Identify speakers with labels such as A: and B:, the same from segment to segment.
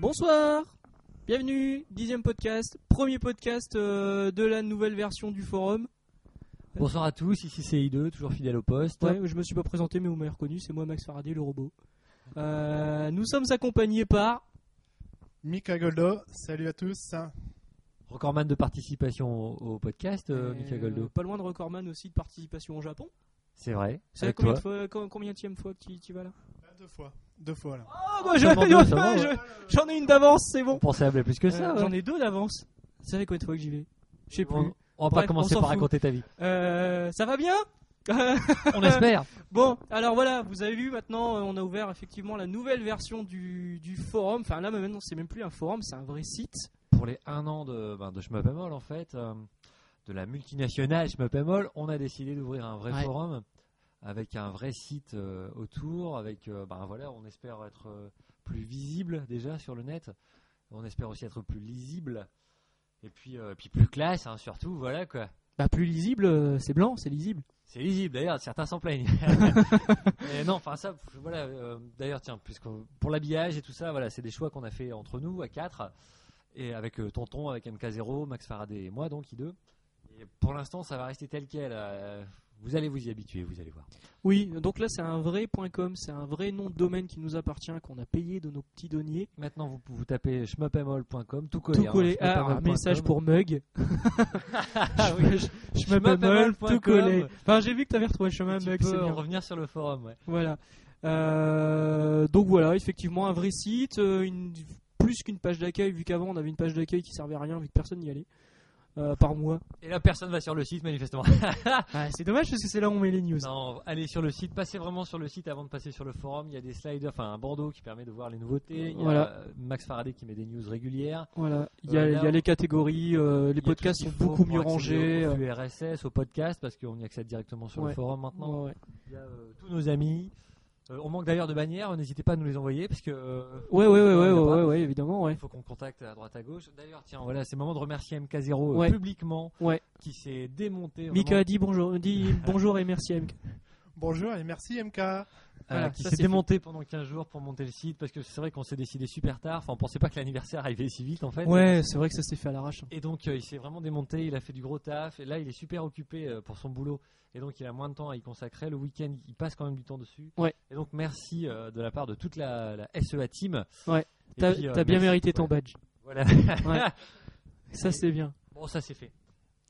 A: Bonsoir Bienvenue, dixième podcast, premier podcast euh, de la nouvelle version du forum.
B: Bonsoir à tous, ici c'est I2, toujours fidèle au poste.
A: Ouais, je me suis pas présenté, mais vous m'avez reconnu, c'est moi Max Faraday, le robot. Euh, nous sommes accompagnés par.
C: Mika Goldo, salut à tous. Hein.
B: Recordman de participation au, au podcast, euh, Mika Goldo.
A: euh, Pas loin de recordman aussi de participation au Japon.
B: C'est vrai.
A: C'est la
B: Avec
A: combien
B: Euh, toi.
A: de fois, quand- combientième fois que tu, tu vas là
C: Deux fois, deux fois là.
A: Ah, bah, je-
B: Seulement deux, ça va,
A: je- j'en ai une d'avance, c'est bon.
B: On pensait à appeler plus que ça.
A: Euh,
B: ouais.
A: J'en ai deux d'avance. Vous savez combien de fois que j'y vais Je sais plus.
B: On, on va
A: Bref,
B: pas
A: on
B: commencer
A: s'en
B: par
A: fout.
B: raconter ta vie.
A: Euh, ça va bien
B: On espère.
A: Bon, alors voilà, vous avez vu maintenant, euh, on a ouvert effectivement la nouvelle version du, du forum. Enfin là, maintenant, c'est même plus un forum, c'est un vrai site.
B: Pour les un an de, ben, de Schmapemol, en fait, euh, de la multinationale Schmapemol, on a décidé d'ouvrir un vrai
A: Ouais.
B: forum avec un vrai site euh, autour. Avec, euh, ben, voilà, on espère être euh, plus visible déjà sur le net. On espère aussi être plus lisible. Et puis, euh, puis plus classe, hein, surtout, voilà quoi.
A: Bah plus lisible, euh, c'est blanc, c'est lisible.
B: C'est lisible d'ailleurs, certains s'en plaignent. Mais non, enfin ça, pff, voilà. euh, d'ailleurs, tiens, puisque pour l'habillage et tout ça, voilà, c'est des choix qu'on a fait entre nous à quatre et avec euh, Tonton, avec MK0, Max Faraday et moi, donc i deux. Et pour l'instant, ça va rester tel quel. euh, vous allez vous y habituer, vous allez voir.
A: Oui, donc là, c'est un vrai point .com, c'est un vrai nom de domaine qui nous appartient, qu'on a payé de nos petits deniers.
B: Maintenant, vous, vous tapez schmepemol.com, tout collé.
A: Tout
B: hein,
A: collé. Ah,
B: schmepemol.com.
A: un message pour Mug.
B: Ah oui,
A: Je m'appelle Mug, tout collé. Enfin, j'ai vu que t'avais retrouvé le chemin,
B: Tu
A: Mug,
B: peux
A: c'est bien.
B: revenir sur le forum, ouais.
A: Voilà. Euh, donc voilà, effectivement, un vrai site, euh, une, plus qu'une page d'accueil, vu qu'avant on avait une page d'accueil qui servait à rien, vu que personne n'y allait, euh, par mois.
B: Et là, personne va sur le site, manifestement.
A: Ah, c'est dommage parce que c'est là où on met les news.
B: Non, allez sur le site, passez vraiment sur le site avant de passer sur le forum. Il y a des sliders, enfin un bandeau qui permet de voir les nouveautés. Il y a
A: Voilà.
B: euh, Max Faraday qui met des news régulières.
A: Voilà, il y, a,
B: Euh, là,
A: il y a
B: on-
A: les catégories, euh, les
B: Il y a tout
A: podcasts
B: ce
A: sont
B: qu'il faut
A: beaucoup
B: pour
A: mieux
B: accéder
A: rangés.
B: Au
A: euh,
B: flux RSS, au podcast, parce qu'on y accède directement sur
A: Ouais.
B: le forum maintenant.
A: ouais, ouais.
B: Il y a euh, tous nos amis. Euh, on manque d'ailleurs de bannières, n'hésitez pas à nous les envoyer parce que. euh,
A: Ouais, ouais, ouais, ouais,
B: on en a
A: ouais,
B: pas.
A: ouais, ouais, évidemment, ouais.
B: Il faut qu'on contacte à droite à gauche. D'ailleurs, tiens, voilà, c'est le moment de remercier MK0
A: Ouais.
B: euh, publiquement
A: Ouais.
B: qui s'est démonté. vraiment,
A: Mika a dit bonjour, dit bonjour et merci à MK.
C: Bonjour et merci MK.
B: euh,
A: voilà,
B: qui
A: ça,
B: s'est
A: c'est
B: démonté pendant 15 jours pour monter le site parce que c'est vrai qu'on s'est décidé super tard. Enfin, on pensait pas que l'anniversaire arrivait si vite en fait.
A: Ouais, c'est vrai que ça s'est fait à l'arrache. hein.
B: Et donc euh, il s'est vraiment démonté, il a fait du gros taf, et là il est super occupé euh, pour son boulot, et donc il a moins de temps à y consacrer, le week-end il passe quand même du temps dessus.
A: Ouais.
B: Et donc merci euh, de la part de toute la, la SEA team.
A: Ouais.
B: Et
A: T'as
B: puis, euh,
A: t'as bien
B: merci.
A: mérité ton
B: Ouais.
A: badge.
B: Voilà.
A: Ouais. Ça,
B: Et-
A: c'est bien.
B: bon ça c'est fait.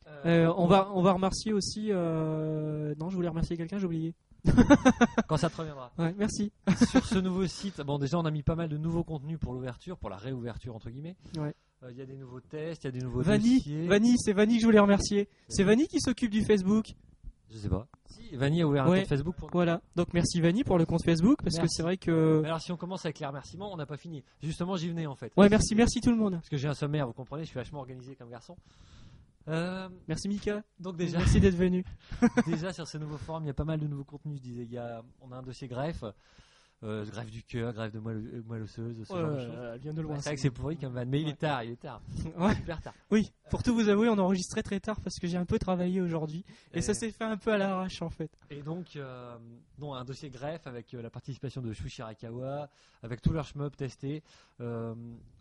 B: Euh,
A: Euh, on, va, on va remercier aussi. euh, Non, je voulais remercier quelqu'un, j'ai oublié.
B: Quand ça te reviendra.
A: Ouais, merci.
B: Sur ce nouveau site, bon déjà on a mis pas mal de nouveaux contenus pour l'ouverture, pour la réouverture entre guillemets.
A: Ouais.
B: Euh, Il y a des nouveaux tests, il y a des nouveaux
A: Vanny,
B: dossiers.
A: Vanny, c'est Vanny que je voulais remercier. C'est Vanny qui s'occupe du Facebook.
B: Je sais pas. Si, Vanny a ouvert un
A: Ouais.
B: compte Facebook pour
A: Voilà. Donc merci Vanny pour le compte Facebook parce que
B: Merci.
A: c'est vrai que.
B: Mais Alors si on commence avec les remerciements, on n'a pas fini. Justement, j'y venais en fait.
A: Ouais, merci, merci tout le monde.
B: Parce que j'ai un sommaire, vous comprenez, je suis vachement organisé comme garçon. Euh,
A: Merci Mika.
B: donc déjà,
A: Merci d'être venu.
B: déjà sur ces nouveaux forums, il y a pas mal de nouveaux contenus. Je disais, il y a, on a un dossier greffe, euh, greffe du cœur, greffe de moelle, euh, moelle osseuse, ce genre de choses.
A: Euh, elle vient de
B: Ouais, c'est vrai que c'est pourri comme van, mais il
A: Ouais.
B: est tard, il est tard,
A: Ouais.
B: super tard.
A: Oui, pour tout vous avouer, on a enregistré très tard parce que j'ai un peu travaillé aujourd'hui et,
B: Euh,
A: ça s'est fait un peu à l'arrache en fait.
B: et donc, euh, non, un dossier greffe avec euh, la participation de Shushirakawa, avec tous leurs shmups testés. Euh,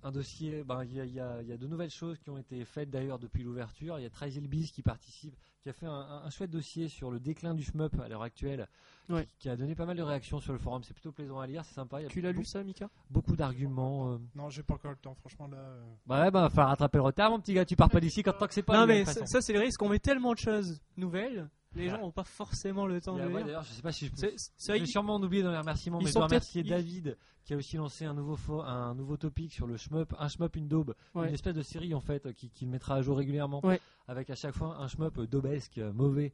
B: un dossier, ben, il y, a- il y a il y a de nouvelles choses qui ont été faites d'ailleurs depuis l'ouverture. Il y a Trazel Bees qui participe, qui a fait un, un- un chouette dossier sur le déclin du shmup à l'heure actuelle, qui-
A: Ouais.
B: qui, a donné pas mal de réactions sur le forum. C'est plutôt plaisant à lire, c'est sympa. Il y a
A: Tu l'as lu
B: beaucoup-
A: ça, Mika
B: Beaucoup d'arguments. euh.
C: Non, j'ai pas encore le temps, franchement là. euh,
B: Bah ouais, bah, falloir rattraper le retard, mon petit gars. Tu pars pas d'ici quand tant que c'est pas
A: Non,
B: lu, de
A: mais
B: toute façon.
A: ça, ça, c'est le risque. On met tellement de choses nouvelles, les
B: Ah.
A: gens n'ont pas forcément le temps
B: Il y
A: de
B: a- ouais,
A: lire.
B: D'ailleurs, je sais pas si je peux
A: C'est- C'est
B: Je
A: vrai
B: vais
A: que-
B: sûrement oublier dans les remerciements,
A: Ils
B: mais je
A: sont
B: dois
A: peut-être-
B: remercier
A: ils-
B: David qui a aussi lancé un nouveau, fo- un nouveau topic sur le shmup, un shmup, une daube,
A: Ouais.
B: une espèce de série en fait euh, qui- qu'il mettra à jour régulièrement
A: Ouais.
B: avec à chaque fois un shmup euh, daubesque, euh, mauvais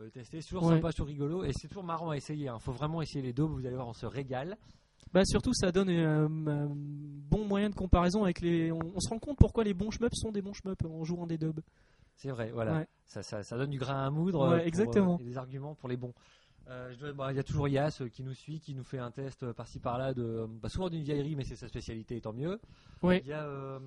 B: euh, testé. C'est toujours
A: Ouais.
B: sympa, toujours rigolo et c'est toujours marrant à essayer. Il faut vraiment essayer les daubes, vous allez voir, on se régale.
A: Bah surtout ça donne euh, un bon moyen de comparaison avec les. On, on se rend compte pourquoi les bons shmups sont des bons shmups euh, en jouant des dubs.
B: C'est vrai, voilà.
A: Ouais.
B: Ça, ça, ça donne du grain à moudre
A: Ouais,
B: euh, pour, euh,
A: exactement.
B: et des arguments pour les bons. Euh, je dois- bah, Il y a toujours Yas euh, qui nous suit, qui nous fait un test euh, par-ci par-là, de, euh, bah, souvent d'une vieillerie, mais c'est sa spécialité, et tant mieux.
A: Ouais.
B: Il y a, euh,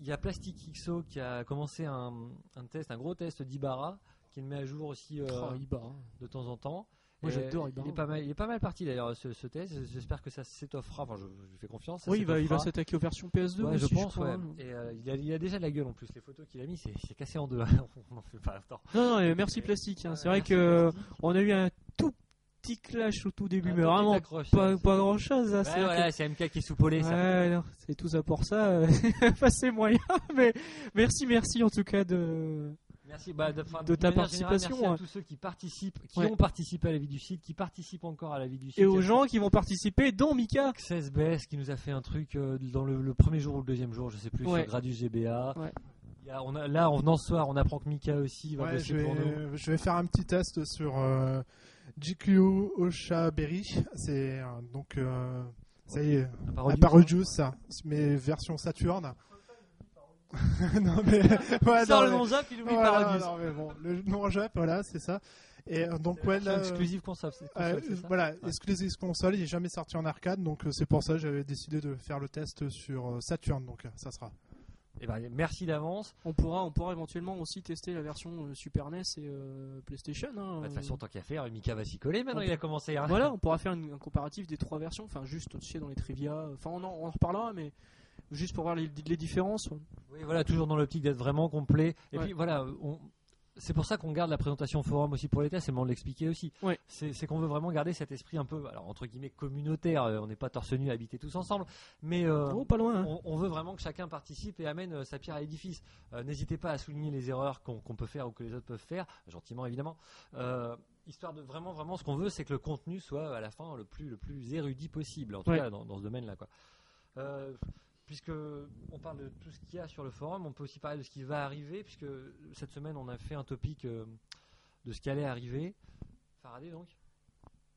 B: il y a Plastic XO qui a commencé un, un test, un gros test d'Ibara, qui le met à jour aussi euh,
A: Oh, il bat.
B: de temps en temps.
A: Moi,
B: Et
A: j'adore Ibarra.
B: Il est pas mal, il est pas mal parti d'ailleurs ce, ce test. J'espère que ça s'étoffera. Enfin, je, je lui fais confiance. ça
A: Oui, il va, il va
B: s'étoffera.
A: s'attaquer aux versions PS2.
B: Ouais,
A: aussi,
B: je pense.
A: crois,
B: ouais.
A: hein.
B: Et euh, il, a, il a déjà de la gueule en plus. Les photos qu'il a mis, c'est c'est cassé en deux. On n'en fait pas tant.
A: Non, non, et merci plastique. hein. C'est vrai que on a eu un tout petit clash au tout début, mais vraiment pas, hein, pas grand chose.
B: Ouais, voilà, c'est MK qui est soupolé. ça.
A: Ouais, non, c'est tout ça pour ça. euh, enfin, c'est moyen, mais merci, merci en tout cas de.
B: Merci bah, de, enfin,
A: De
B: d'une
A: ta
B: manière générale,
A: participation,
B: merci
A: ouais.
B: à tous ceux qui participent, qui
A: Ouais.
B: ont participé à la vie du site, qui participent encore à la vie du site.
A: Et aux
B: Il y a
A: gens qui vont participer, dont Mika.
B: XSBS qui nous a fait un truc euh, dans le, le premier jour ou le deuxième jour, je sais plus,
A: Ouais.
B: sur Gradus GBA.
A: Ouais.
B: Il y a- on a- là, en venant ce soir, on apprend que Mika aussi va
C: Ouais,
B: bosser
C: je,
B: pour nous.
C: vais, je vais faire un petit test sur euh, GQ Ocha Berry. C'est euh, donc euh, ça y est,
B: Un
C: un
B: parodius,
C: Parodius, ça, hein, mais version Saturne. non mais ouais,
B: Il sort
C: non,
B: le
C: mais-
B: nom Zap, il oublie
C: voilà,
B: Parodius.
C: non, mais bon, le nom Jap, voilà, c'est ça. Et euh, donc ouais,
B: C'est
C: là,
B: une
C: euh,
B: exclusive console. c'est-
C: euh,
B: console, c'est ça
C: voilà, exclusive console, il n'est jamais sorti en arcade, donc euh, c'est pour ça que j'avais décidé de faire le test sur euh, Saturn, donc euh, ça sera.
B: Eh ben, merci d'avance.
A: On pourra, on pourra éventuellement aussi tester la version euh, Super NES et euh, PlayStation. hein.
B: Bah, De toute façon, tant qu'à faire, Mika va s'y coller. Maintenant,
A: On
B: il a commencé à.
A: Hum. Voilà, on pourra faire une- un comparatif des trois versions, enfin juste aussi dans les trivia, enfin on en, on en reparlera, mais juste pour voir les, les différences.
B: Oui, voilà, toujours dans l'optique d'être vraiment complet. Et
A: Ouais.
B: puis voilà, euh, on- c'est pour ça qu'on garde la présentation forum aussi pour les tests, c'est le moment de l'expliquer aussi.
A: Ouais.
B: C'est c'est qu'on veut vraiment garder cet esprit un peu, alors entre guillemets, communautaire. Euh, On n'est pas torse nu, habiter tous ensemble, mais euh,
A: Oh, pas loin. hein.
B: on, on veut vraiment que chacun participe et amène euh, sa pierre à l'édifice. Euh, N'hésitez pas à souligner les erreurs qu'on qu'on peut faire ou que les autres peuvent faire, gentiment évidemment. Euh, histoire de vraiment, vraiment, ce qu'on veut, c'est que le contenu soit à la fin le plus, le plus érudit possible, en tout
A: Ouais.
B: cas dans, dans ce domaine-là. quoi. Euh, puisque on parle de tout ce qu'il y a sur le forum, on peut aussi parler de ce qui va arriver, puisque cette semaine on a fait un topic euh, de ce qui allait arriver. Faraday donc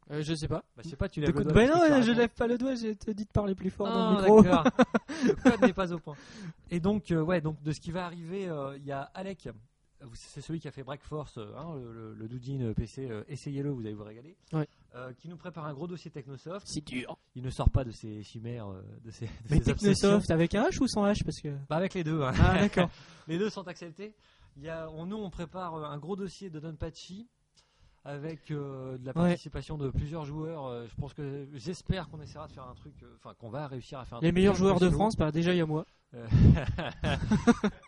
A: Euh, je sais pas.
B: bah, Je sais pas, tu
A: De
B: l'as
A: coup- bah non, je lève pas le doigt, j'ai te dit de parler plus fort dans
B: ah,
A: le micro.
B: d'accord. le code n'est pas au point. Et donc, euh, ouais, donc de ce qui va arriver, euh, il y a Alec. Vous- C'est celui qui a fait Breakforce, euh, hein, le, le, le doudine PC. euh, Essayez-le, vous allez vous régaler.
A: Ouais.
B: Euh, qui nous prépare un gros dossier Technosoft.
A: C'est dur.
B: Il ne sort pas de ses chimères, euh, de ses, de
A: Mais
B: ses obsessions.
A: Technosoft avec un H ou sans H parce que.
B: Bah, avec les deux. hein.
A: Ah d'accord.
B: Les deux sont acceptés. Il y a, on, nous, on prépare euh, un gros dossier de Don Pachi avec euh, de la
A: Ouais.
B: participation de plusieurs joueurs. Euh, je pense que j'espère qu'on essaiera de faire un truc, euh, enfin qu'on va réussir à faire un
A: Les
B: truc
A: meilleurs
B: bien
A: joueurs de
B: chelou.
A: France, bah déjà il y a moi.
B: Euh,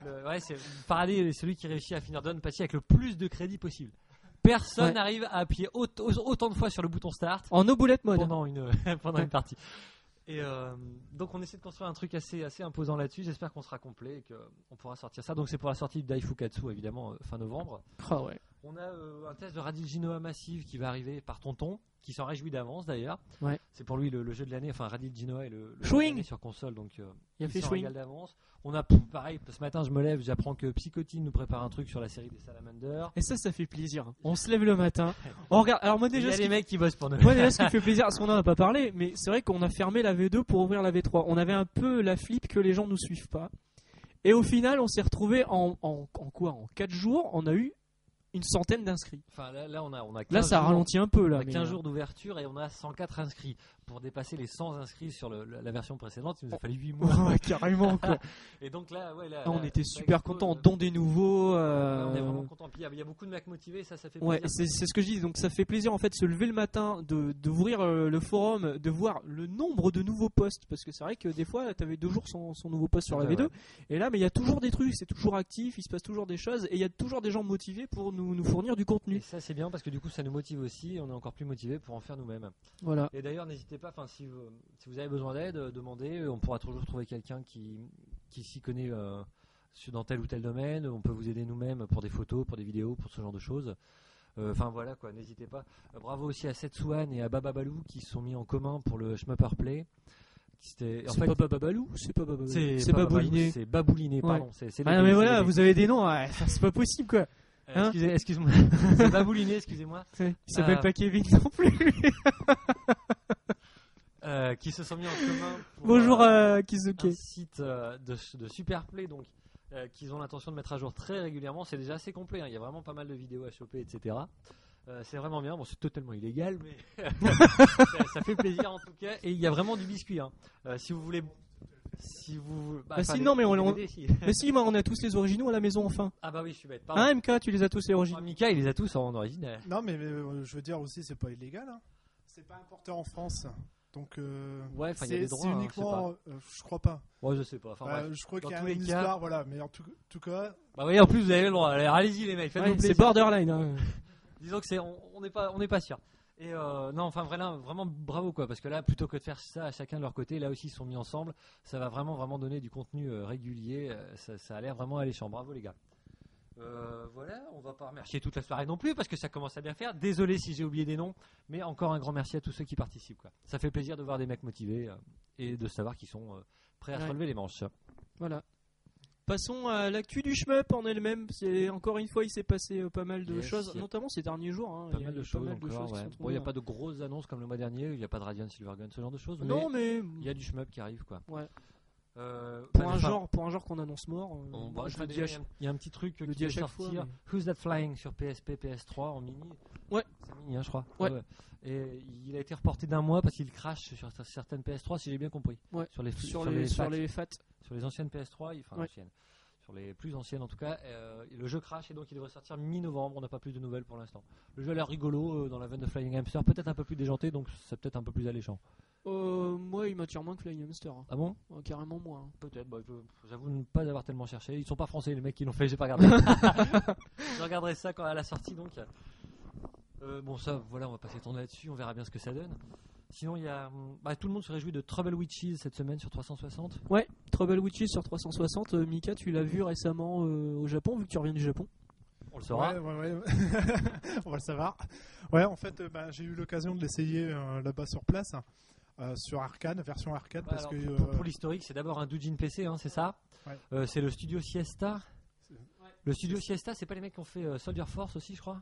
B: le- ouais, c'est Faraday est celui qui réussit à finir Don Pachi avec le plus de crédit possible. Personne
A: Ouais.
B: n'arrive à appuyer autant, autant de fois sur le bouton start
A: En no bullet mode.
B: pendant une, pendant une partie. Et euh, donc on essaie de construire un truc assez, assez imposant là-dessus. J'espère qu'on sera complet et qu'on pourra sortir ça. Donc c'est pour la sortie de Daifukatsu évidemment euh, fin novembre.
A: Ah ouais.
B: On a euh, un test de Radilginoa Massive qui va arriver par Tonton, qui s'en réjouit d'avance d'ailleurs.
A: Ouais.
B: C'est pour lui le, le jeu de l'année, enfin Radilginoa est le, le jeu de
A: Swing.
B: l'année sur console. Donc euh,
A: Il a fait
B: s'en
A: swing.
B: régale d'avance. On a pareil, ce matin je me lève, j'apprends que Psychotine nous prépare un truc sur la série des salamanders.
A: Et ça, ça fait plaisir. On se lève le matin. On regarde. Alors moi
B: Il y
A: déjà,
B: a
A: ce
B: les
A: qui
B: mecs qui bossent pour nous.
A: Moi déjà ce qui me fait plaisir, parce qu'on n'en a pas parlé, mais c'est vrai qu'on a fermé la V2 pour ouvrir la V3. On avait un peu la flip que les gens nous suivent pas. Et au final, on s'est retrouvé en, en, en quoi En 4 jours, on a eu une centaine d'inscrits.
B: Enfin là, là, on a on a 15
A: Là, ça
B: jours,
A: ralentit un peu.
B: on
A: Là,
B: a
A: mais,
B: 15
A: euh,
B: jours d'ouverture et on a 104 inscrits. Pour dépasser les 100 inscrits sur le- la la version précédente, il nous a fallu 8 mois.
A: ouais, carrément quoi.
B: Et donc là, ouais, là,
A: Ah, on
B: là,
A: était
B: ça
A: super
B: explose.
A: contents, dont des nouveaux. euh,
B: On est vraiment contents. Puis il y a- il y a beaucoup de mecs motivés, ça, ça fait
A: Ouais,
B: plaisir.
A: c'est c'est ce que je dis. Donc ça fait plaisir en fait se lever le matin, de d'ouvrir euh, le forum, de voir le nombre de nouveaux posts parce que c'est vrai que des fois t'avais deux jours sans, sans nouveau post sur la
B: Ouais,
A: V2
B: ouais.
A: et là mais il y a toujours des trucs, c'est toujours actif, il se passe toujours des choses et il y a toujours des gens motivés pour nous, nous fournir du
B: Et
A: contenu.
B: ça, c'est bien parce que du coup, ça nous motive aussi. et On est encore plus motivés pour en faire nous-mêmes.
A: Voilà.
B: Et d'ailleurs, n'hésitez pas, enfin, si vous, si vous avez besoin d'aide, euh, demandez, euh, on pourra toujours trouver quelqu'un qui, qui s'y connaît euh, sur- dans tel ou tel domaine, on peut vous aider nous-mêmes pour des photos, pour des vidéos, pour ce genre de choses. Euh, Enfin voilà quoi, n'hésitez pas. Euh, bravo aussi à Setsuan et à Bababalou qui se sont mis en commun pour le Shmuper Play. C'était- en
A: C'est
B: fait,
A: pas Bababalou, c'est pas Bababalou, c'est
B: pas
A: pas
B: Bababalou,
A: Bouliné.
B: C'est Babouliné, pardon. c'est- c'est
A: Ah
B: les
A: non
B: deux,
A: mais
B: c'est
A: voilà,
B: les deux.
A: vous avez des noms, ouais, ça, c'est pas possible quoi.
B: Euh,
A: hein
B: excusez- Excuse-moi, c'est Babouliné, excusez-moi.
A: Il s'appelle
B: Ah.
A: pas Kevin non plus.
B: Euh, qui se sont mis en commun. pour,
A: Bonjour
B: euh,
A: euh, Kizuke.
B: un site euh, de, de Superplay donc euh, qu'ils ont l'intention de mettre à jour très régulièrement. C'est déjà assez complet. hein. Il y a vraiment pas mal de vidéos à choper, etc. Euh, c'est vraiment bien. Bon, c'est totalement illégal, mais ça, ça fait plaisir en tout cas. Et il y a vraiment du biscuit. hein. Euh, si vous voulez. Si vous.
A: Bah, si,
B: enfin,
A: non,
B: les-
A: mais on-
B: les
A: on-
B: DVD, si.
A: Mais si, moi, on a tous les originaux à la maison, enfin.
B: Ah bah oui, je suis bête. Pardon.
A: Hein, MK, tu les as tous les
B: Ah,
A: originaux.
B: Mika, il les a tous en original.
C: Non, mais euh, je veux dire aussi, c'est pas illégal. hein. C'est pas importé en France. Donc, euh,
B: Ouais, enfin, il y a
C: c'est
B: des droits,
C: c'est
B: hein,
C: uniquement. euh, je crois pas.
B: Moi, je sais pas. Enfin,
C: Euh,
B: bref.
C: je crois
B: Dans
C: qu'il y a
B: tous
C: une
B: les cas-
C: histoire, voilà. Mais en tout, tout cas,
B: Bah oui, en plus, vous avez le droit. Alors, allez-y, les mecs, faites-nous
A: Ouais, c'est
B: plaisir.
A: borderline. hein.
B: Disons que c'est, on on n'est pas, on n'est pas sûr. Et euh, non, enfin vraiment, vraiment bravo quoi, parce que là, plutôt que de faire ça à chacun de leur côté, là aussi ils sont mis ensemble. Ça va vraiment, vraiment donner du contenu euh, régulier. euh, ça, ça a l'air vraiment alléchant. Bravo les gars. Euh, voilà, on va pas remercier toute la soirée non plus parce que ça commence à bien faire. Désolé si j'ai oublié des noms, mais encore un grand merci à tous ceux qui participent. Quoi. Ça fait plaisir de voir des mecs motivés euh, et de savoir qu'ils sont euh, prêts à se
A: Ouais.
B: relever les manches.
A: Voilà. Passons à l'actu du shmup en elle-même. C'est encore une fois, il s'est passé euh, pas mal de
B: Yes,
A: choses,
B: il y a
A: notamment ces derniers jours. hein.
B: Pas
A: Il y a
B: mal de
A: eu
B: choses
A: mal de
B: encore.
A: choses qui
B: ouais.
A: sont
B: Bon, il n'y a
A: tombées,
B: pas de grosses annonces comme le mois dernier. Il n'y a pas de Radiant Silvergun, ce genre de choses.
A: hein. Non,
B: mais
A: mais
B: il y a du shmup qui arrive quoi.
A: Ouais.
B: Euh,
A: pour
B: enfin,
A: un
B: enfin,
A: genre, pour un genre qu'on annonce mort, euh,
B: on- bah,
A: je
B: je
A: le
B: dis,
A: dis à
B: il y a un- il y a un petit truc
A: le
B: qui
A: dis à
B: va
A: chaque
B: sortir.
A: fois,
B: Who's That Flying sur PSP, PS3 en mini.
A: Ouais.
B: C'est mini, hein, je crois.
A: Ouais.
B: Et il a été reporté d'un mois parce qu'il crash sur cer- certaines PS3, si j'ai bien compris.
A: Ouais.
B: Sur les,
A: sur les
B: facs,
A: sur les fat.
B: sur les anciennes PS3, il- enfin
A: Ouais.
B: anciennes, sur les plus anciennes en tout cas. euh, le jeu crash et donc il devrait sortir mi-novembre. On n'a pas plus de nouvelles pour l'instant. Le jeu a l'air rigolo euh, dans la veine de Flying Hamster, peut-être un peu plus déjanté, donc c'est peut-être un peu plus alléchant.
A: Euh, moi, il m'attire moins que Flying Hamster, hein.
B: Ah bon
A: Euh, carrément moins. hein.
B: Peut-être, bah, je- j'avoue ne pas avoir tellement cherché. Ils sont pas français, les mecs qui l'ont fait, j'ai pas regardé. je regarderai ça quand à la sortie donc. Euh, bon, ça, voilà, on va passer le temps là-dessus, on verra bien ce que ça donne. Sinon, il y a. hum, bah, tout le monde se réjouit de Trouble Witches cette semaine sur 360.
A: Ouais, Trouble Witches sur 360. euh, Mika, tu l'as vu récemment euh, au Japon, vu que tu reviens du Japon.
B: On le saura.
C: Ouais, ouais, ouais. on va le savoir. Ouais, en fait, euh, bah, j'ai eu l'occasion de l'essayer euh, là-bas sur place, euh, sur arcade, version arcade,
B: Bah,
C: parce
B: alors,
C: que
B: pour- pour,
C: euh,
B: pour l'historique, c'est d'abord un doujin PC, hein, c'est ça
C: Ouais.
B: Euh, C'est le studio Siesta.
C: C'est-
B: Le studio Siesta, c'est pas les mecs qui ont fait euh, Soldier Force aussi, je crois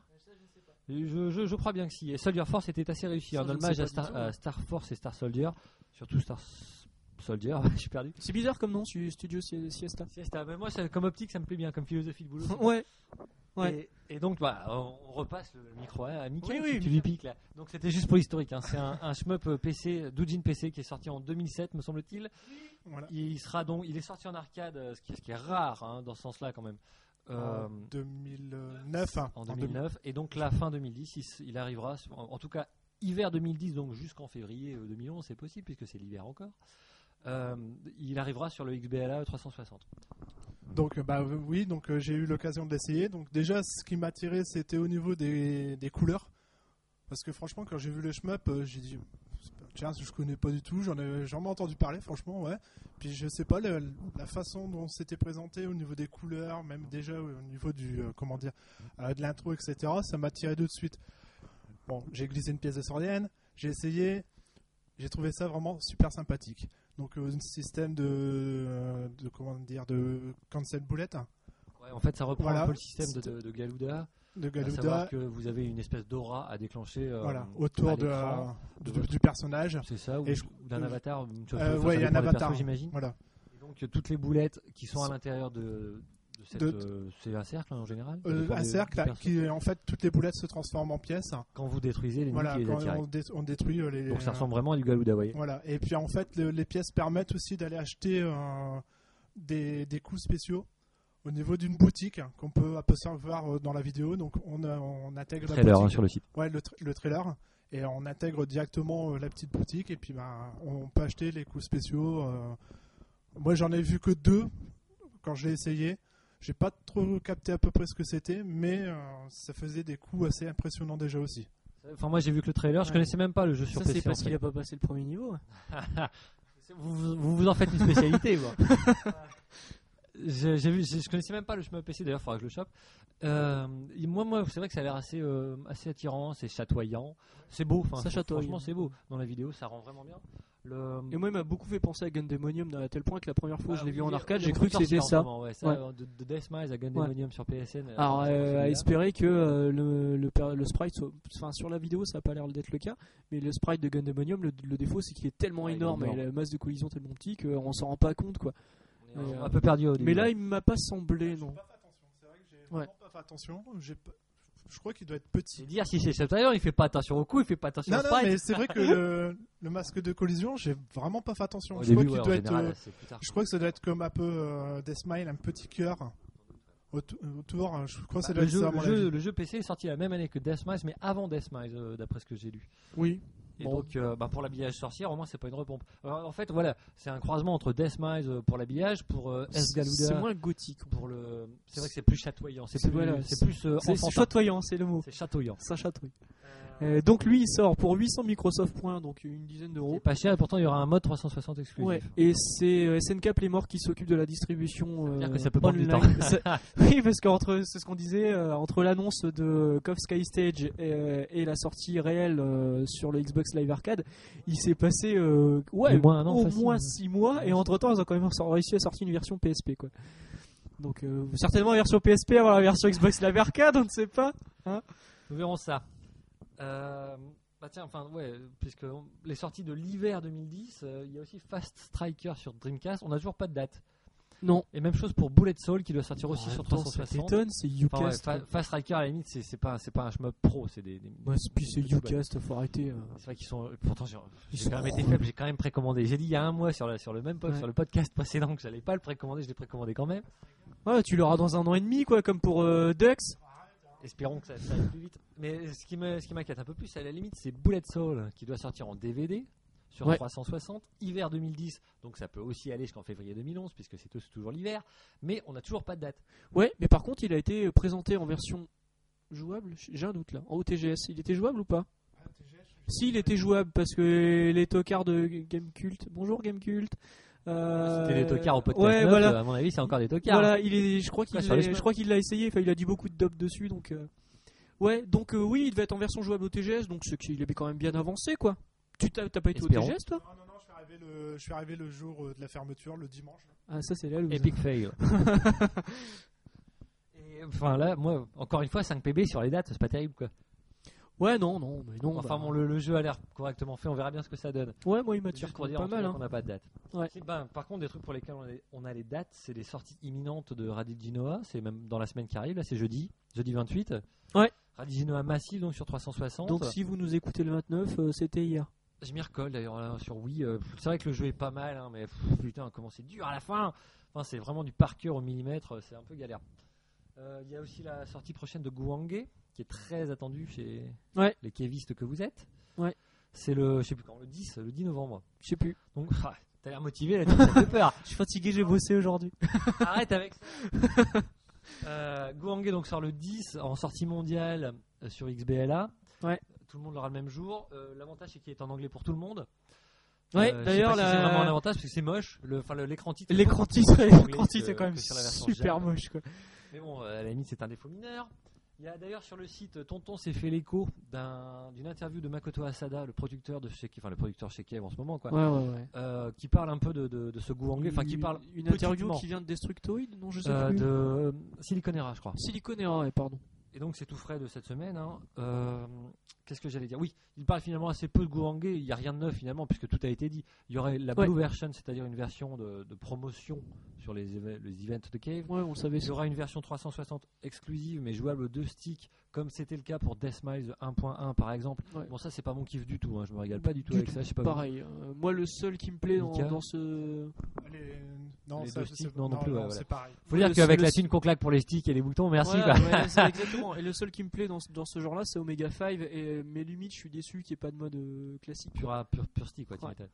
B: je, je- je crois bien que si. Et Soldier Force était assez réussi,
A: Ça,
B: un
A: je ne
B: hommage
A: sais
B: à
A: pas du
B: Star,
A: tout.
B: à Star Force et Star Soldier, surtout Star S- Soldier, je suis perdu.
A: C'est bizarre comme nom, su- Studio Si- Siesta.
B: Siesta, mais moi, ça- comme optique, ça me plaît bien, comme philosophie de boulot.
A: ouais. Ouais.
B: Et, et donc, voilà, on, on repasse le micro à, à Mika,
A: Oui,
B: tu-
A: oui,
B: tu, lui piques là. Donc, c'était juste pour l'historique. hein. C'est un, un shmup euh, PC, Doujin PC, qui est sorti en 2007, me semble-t-il.
C: voilà,
B: Il sera donc, il est sorti en arcade, euh, ce qui, ce qui est rare hein, dans ce sens-là quand même. Euh,
C: en 2009. hein,
B: en
C: Ah en
B: 2009 et donc la fin 2010, il, s- il arrivera, sur- en, en tout cas hiver 2010, donc jusqu'en février euh, 2011, c'est possible puisque c'est l'hiver encore. Euh, il arrivera sur le XBLA 360.
C: deux- Donc, euh, bah euh, oui, donc euh, j'ai eu l'occasion de l'essayer. Donc déjà, ce qui m'a attiré, c'était au niveau des, des couleurs, parce que franchement, quand j'ai vu le shmup, euh, j'ai dit tiens, je connais pas du tout. J'en ai jamais entendu parler, franchement, ouais. Puis je sais pas le- la façon dont c'était présenté au niveau des couleurs, même déjà au niveau du euh, comment dire euh, de l'intro, etc. Ça m'a tiré de suite. Bon, j'ai glissé une pièce de sordienne, j'ai essayé, j'ai trouvé ça vraiment super sympathique. Donc euh, un système de, euh, de comment dire de cancel bullet hein,
B: Ouais, en fait, ça reprend
C: Voilà.
B: un peu le système de, de- de Galuda,
C: de
B: à savoir
C: Galuda,
B: que vous avez une espèce d'aura à déclencher euh,
C: voilà,
B: à
C: autour de,
B: l'écran,
C: euh,
B: de
C: du-
B: votre-
C: du personnage.
B: c'est ça, ou
C: Et je-
B: ou d'un
C: je-
B: avatar, ou une chose
C: Euh,
B: comme ça,
C: ouais,
B: ça
C: il y a un
B: dépend des
C: avatar,
B: persos, j'imagine.
C: Voilà.
B: Et donc euh, toutes les boulettes qui sont à
C: Sont-
B: l'intérieur de, de cette,
C: de-
B: euh, c'est un cercle hein, en général. Ça
C: Euh,
B: dépend
C: un
B: des-
C: cercle
B: des
C: là,
B: persos.
C: qui est- en fait toutes les boulettes se transforment en pièces.
B: quand vous détruisez les
C: Voilà,
B: qui les
C: quand
B: attirent.
C: on, dé- on détruit euh, les.
B: Donc ça ressemble vraiment à du Galuda, vous voyez.
C: Voilà. Et puis en fait, le- les pièces permettent aussi d'aller acheter euh, des, des coups spéciaux au niveau d'une boutique hein, qu'on peut apercevoir euh, dans la vidéo. Donc on, euh, on intègre la
B: Trailer hein,
C: boutique.
B: sur le site.
C: Ouais, le, tra- le trailer. Et on intègre directement euh, la petite boutique. Et puis ben, on peut acheter les coups spéciaux. euh. Moi, j'en ai vu que deux quand je l'ai essayé. J'ai pas trop capté à peu près ce que c'était, mais euh, ça faisait des coups assez impressionnants déjà aussi.
B: Enfin moi j'ai vu que le trailer, je
A: Ouais.
B: connaissais même pas le jeu sur
A: Ça,
B: PC.
A: c'est parce
B: en
A: qu'il
B: fait.
A: a pas passé le premier niveau. ouais.
B: vous, vous- vous vous en faites une spécialité. quoi. Je, j'ai vu, je, je connaissais même pas le chemin PC d'ailleurs, il faudra que je le chope. Euh, il- moi, moi c'est vrai que ça a l'air assez, euh, assez attirant, c'est chatoyant, c'est beau. Enfin,
A: Ça chatoye.
B: Franchement, c'est beau. Dans la vidéo, ça rend vraiment bien. Le,
A: Et moi, il m'a beaucoup fait penser à Gun Demonium à tel point que la première fois
B: Ah
A: que je l'ai
B: oui,
A: vu en
B: il y a-
A: arcade,
B: il y a
A: j'ai cru que
B: beaucoup de
A: c'était
B: sorties en
A: ça.
B: ce moment, ouais, ça,
A: Ouais.
B: euh, De, de Deathmise à Gundemonium sur PSN. euh,
A: Alors,
B: c'est
A: euh, à
B: celui-là.
A: espérer que euh, le, le, per- le sprite, soit- enfin sur la vidéo, ça a pas l'air d'être le cas, mais le sprite de Gundemonium, le, le défaut, c'est qu'il est tellement
B: Ouais, il est
A: énorme,
B: énorme.
A: et la masse de collision tellement petit qu'on s'en rend pas compte quoi.
B: On est
A: Mais,
B: un,
A: euh,
B: peu perdu au début.
A: Mais là, il m'a pas semblé,
C: J'ai
A: non.
C: pas fait attention, c'est vrai que j'ai
A: Ouais.
C: vraiment pas fait attention. J'ai pas- je crois qu'il doit être petit.
B: C'est dire si c'est Sceptre, il fait pas attention au coup, il fait pas attention
C: Non,
B: au
C: non,
B: sprite.
C: mais c'est vrai que le, le masque de collision, j'ai vraiment pas fait attention.
B: Au
C: je,
B: début,
C: crois
B: ouais,
C: qu'il
B: en
C: doit être,
B: général,
C: euh,
B: c'est plus tard.
C: je crois que ça doit être comme un peu euh, des smiles, un petit cœur autour. autour, hein. je crois que ça doit
B: Bah, Ah, le,
C: être ça,
B: jeu,
C: à mon
B: le jeu-
C: avis.
B: le jeu PC est sorti la même année que Deathmise, mais avant Deathmise, euh, d'après ce que j'ai lu.
A: Oui.
B: Et
A: Bon.
B: donc, euh, bah, pour l'habillage sorcière, au moins, c'est pas une repompe. Alors, en fait, voilà, c'est un croisement entre Deathmise euh, pour l'habillage, pour euh, Esgaluda.
A: C'est moins gothique.
B: pour le. C'est vrai que c'est plus chatoyant, c'est
A: C'est-
B: plus,
A: voilà,
B: c'est
A: c'est-
B: plus euh,
A: C'est
B: enfantin.
A: chatoyant, c'est le mot.
B: C'est chatoyant.
A: Ça chatouille. Euh, donc lui, il sort pour 800 Microsoft points, donc une dizaine
B: C'est
A: d'euros.
B: pas cher et pourtant il y aura un mode 360 exclusif.
A: Oh. Ouais. Et c'est euh, SNK Playmore qui s'occupe de la distribution.
B: dire
A: euh,
B: que ça peut prendre du
A: online. Ça- oui, parce qu'entre c'est ce qu'on disait euh, entre l'annonce de KOF Sky Stage et, euh, et la sortie réelle euh, sur le Xbox Live Arcade, il s'est passé euh, ouais
B: Au moins un an,
A: au
B: facile.
A: moins six mois. Et entre temps, ils ont quand même sor- réussi à sortir une version PSP quoi. Donc euh, certainement la version PSP avant la version Xbox Live Arcade, on ne sait pas.
B: Nous verrons ça. Euh, bah tiens, enfin ouais, puisque on- les sorties de l'hiver 2010, euh, il y a aussi Fast Striker sur Dreamcast. On n'a toujours pas de date.
A: Non.
B: Et même chose pour Bullet Soul qui doit sortir
A: En
B: aussi
A: même
B: sur
A: temps, ça
B: 360.
A: t'étonne, c'est
B: Enfin, ouais,
A: Ucast.
B: Fa-
A: quoi.
B: Fast Striker à la limite, c'est c'est pas un- c'est pas un shmup pro, c'est des. des-
A: Ouais, c'est- puis
B: des
A: c'est
B: petits bugs.
A: Ucast, faut arrêter. euh.
B: C'est vrai qu'ils sont. Pourtant, j'ai
A: Ils
B: j'ai
A: sont
B: quand même été
A: relous.
B: faible, j'ai quand même précommandé. J'ai dit il y a un mois sur, la- sur, le, même, po-
A: Ouais.
B: sur le podcast précédent que j'allais pas le précommander, je l'ai précommandé quand même.
A: Ouais, tu l'auras dans un an et demi quoi, comme pour euh, Dux.
B: Espérons que ça, ça aille plus vite. Mais ce qui me- ce qui m'inquiète un peu plus, à la limite, c'est Bullet Soul qui doit sortir en DVD sur
A: Ouais.
B: 360, hiver 2010. Donc ça peut aussi aller jusqu'en février 2011, puisque c'est tous- toujours l'hiver. Mais on n'a toujours pas de date.
A: Ouais, mais par contre, il a été présenté en version jouable. J'ai un doute là. En OTGS, il était jouable ou pas Si, il était jouable parce que les tocards de Gamecult. Bonjour Gamecult. Euh...
B: C'était des tocards au podcast.
A: Ouais,
B: neuf,
A: voilà.
B: À mon avis, c'est encore des tocards.
A: Voilà, il est. Je crois qu'il
B: Ouais, sur les
A: l'a- je
B: semaines.
A: crois qu'il l'a essayé. Enfin, il a dit beaucoup de dopes dessus, donc. euh, Ouais, donc euh, oui, il devait être en version jouable OTGS, donc c'est qu'il est quand même bien avancé, quoi. Tu t'as t'as pas été au
B: Espérons.
A: TGS, toi
C: Non, non, non, je suis arrivé le, je suis arrivé le jour euh, de la fermeture, le dimanche.
A: Ah, ça c'est la loose.
B: hein. Epic fail. Et, Enfin là, moi, encore une fois, 5 PB sur les dates, c'est pas terrible quoi.
A: Ouais, non, non, mais non.
B: Enfin
A: bah,
B: bon, le, le jeu a l'air correctement fait, on verra bien ce que ça donne.
A: Ouais, moi il m'attire
B: Juste pour
A: pas
B: dire en tout
A: mal.
B: cas
A: hein.
B: qu'on n'a pas de date.
A: Ouais.
B: Si, ben, par contre, des trucs pour lesquels on a, on a les dates, c'est les sorties imminentes de Radigi Noah. C'est même dans la semaine qui arrive, là c'est jeudi, jeudi 28.
A: Ouais.
B: Radigi Noah massif donc sur 360.
A: Donc si vous nous écoutez le 29, euh, c'était hier.
B: Je m'y recolle d'ailleurs là, sur Wii. euh, pff, c'est vrai que le jeu est pas mal, hein, mais pff, putain, comment c'est dur à la fin. Enfin, c'est vraiment du par cœur au millimètre, euh, c'est un peu galère. Euh, Il y a aussi la sortie prochaine de Guangé, qui est très attendue chez
A: Ouais.
B: les kévistes que vous êtes.
A: Ouais.
B: C'est le, je sais plus quand, le 10, le 10 novembre.
A: Je sais plus.
B: Donc, ah, t'as l'air motivé là, tu- ça te fait peur.
A: Je suis fatigué, j'ai bossé aujourd'hui.
B: Arrête avec ça. euh, Guangé donc sort le 10 en sortie mondiale euh, sur XBLA.
A: Ouais.
B: Tout le monde l'aura le même jour. Euh, L'avantage c'est qu'il est en anglais pour tout le monde.
A: Ouais,
B: Euh, je sais
A: d'ailleurs,
B: pas si c'est
A: la-
B: vraiment un avantage parce que c'est moche. Le- enfin, le- l'écran titre. est
A: l'écran
B: beaucoup
A: titre,
B: plus en anglais
A: l'écran titre,
B: que-
A: c'est quand même
B: que sur la version
A: super
B: Jap.
A: moche. Quoi.
B: Mais bon, euh, à la limite, c'est un défaut mineur. Il y a d'ailleurs sur le site, euh, Tonton s'est fait l'écho d'un- d'une interview de Makoto Asada, le producteur de chez, enfin le producteur chez Kiev en ce moment, quoi,
A: Ouais, ouais, ouais.
B: euh, qui parle un peu de, de- de ce goût anglais, enfin qui parle
A: une interview
B: petitement,
A: qui vient de Destructoid, non je sais
B: euh,
A: plus.
B: de euh, Silicon Era, je crois.
A: Silicon Era, ouais, pardon.
B: Et donc c'est tout frais de cette semaine. hein. Euh, Qu'est-ce que j'allais dire Oui, il parle finalement assez peu de Gouangé. Il n'y a rien de neuf finalement puisque tout a été dit. Il y aurait la
A: Ouais.
B: Blue Version, c'est-à-dire une version de, de promotion sur les, éve- les events de Cave.
A: Ouais, on le savait
B: Il y
A: ça.
B: aura une version 360 exclusive mais jouable aux deux sticks comme c'était le cas pour Deathmise 1.1 par exemple.
A: Ouais.
B: Bon ça c'est pas mon kiff du tout. hein. Je me régale pas du tout
A: Du
B: avec
A: tout,
B: ça. Je sais pas vous.
A: Pareil, euh, moi le seul qui me plaît dans,
B: Mika.
A: dans ce.
C: Les, euh, non,
B: Les
C: ça,
B: deux
C: c'est-
B: sticks, non, non plus, ouais, voilà.
C: c'est pareil.
B: Faut
A: Ouais,
B: dire
A: le-
B: qu'avec
A: le-
B: la thune qu'on claque pour les sticks et les boutons, merci. bah,
A: Voilà,
B: quoi.
A: ouais, c'est exactement. Et le seul qui me plaît dans, ce- dans ce genre-là, c'est Omega 5. Et, euh, mais limite, je suis déçu qu'il n'y ait pas de mode euh, classique.
B: pur, à- pur, pur stick, quoi, tu
A: Ouais.
B: m'étonnes.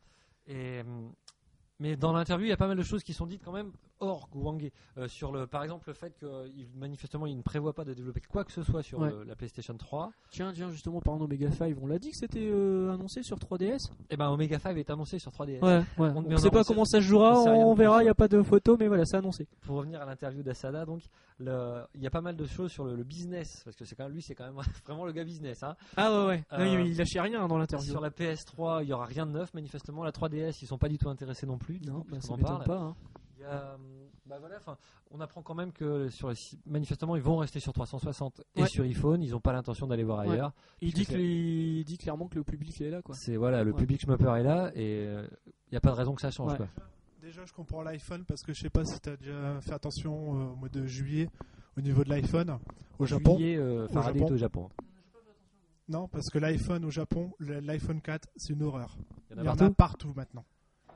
B: Et, hum, mais dans l'interview, il y a pas mal de choses qui sont dites quand même hors Gouangé. sur le, par exemple, le fait qu'il manifestement il ne prévoit pas de développer quoi que ce soit sur
A: Ouais.
B: le- la PlayStation 3.
A: Tiens, tiens, justement, parlant d'Omega 5, on l'a dit que c'était euh, annoncé sur 3DS
B: Et ben Omega 5 est annoncé sur 3DS.
A: Ouais, ouais.
B: On-
A: On
B: mais
A: ne
B: on
A: sait
B: en
A: pas
B: sait-
A: comment ça se jouera,
B: on sait rien
A: on
B: de plus,
A: verra, il
B: ouais.
A: n'y a pas de photo, mais voilà, c'est annoncé.
B: Pour revenir à l'interview d'Asada, donc le- il y a pas mal de choses sur le, le business parce que c'est quand même lui, c'est quand même vraiment le gars business. hein.
A: Ah ouais, ouais.
B: Euh,
A: Non, il- il lâchait rien hein, dans l'interview.
B: Sur la PS3, il y aura rien de neuf manifestement. La 3DS, ils sont pas du tout intéressés non plus. du
A: Non,
B: coup,
A: bah,
B: puisqu'on
A: ça
B: en
A: m'étonne
B: parle.
A: pas. hein.
B: Il y a, euh, bah voilà, enfin, on apprend quand même que sur les si- manifestement ils vont rester sur 360 et
A: Ouais.
B: sur iPhone, ils n'ont pas l'intention d'aller voir
A: Ouais.
B: ailleurs.
A: Il,
B: Parce
A: dit
B: que
A: que les- il dit clairement que le public est là, quoi.
B: C'est voilà, le
A: Ouais.
B: public schmupper est là et il n'y a pas de raison que ça change
A: Ouais.
B: quoi.
C: Déjà, je comprends l'iPhone parce que je sais pas si tu as déjà fait attention euh, au mois de juillet au niveau de l'iPhone au
B: En
C: Japon.
B: juillet, euh, Faraday
C: Japon.
B: est au Japon.
C: Non, parce que l'iPhone au Japon, le- l'iPhone 4, c'est une horreur.
B: Il
C: Il
B: y
C: y
B: en a Ah, partout.
C: partout maintenant.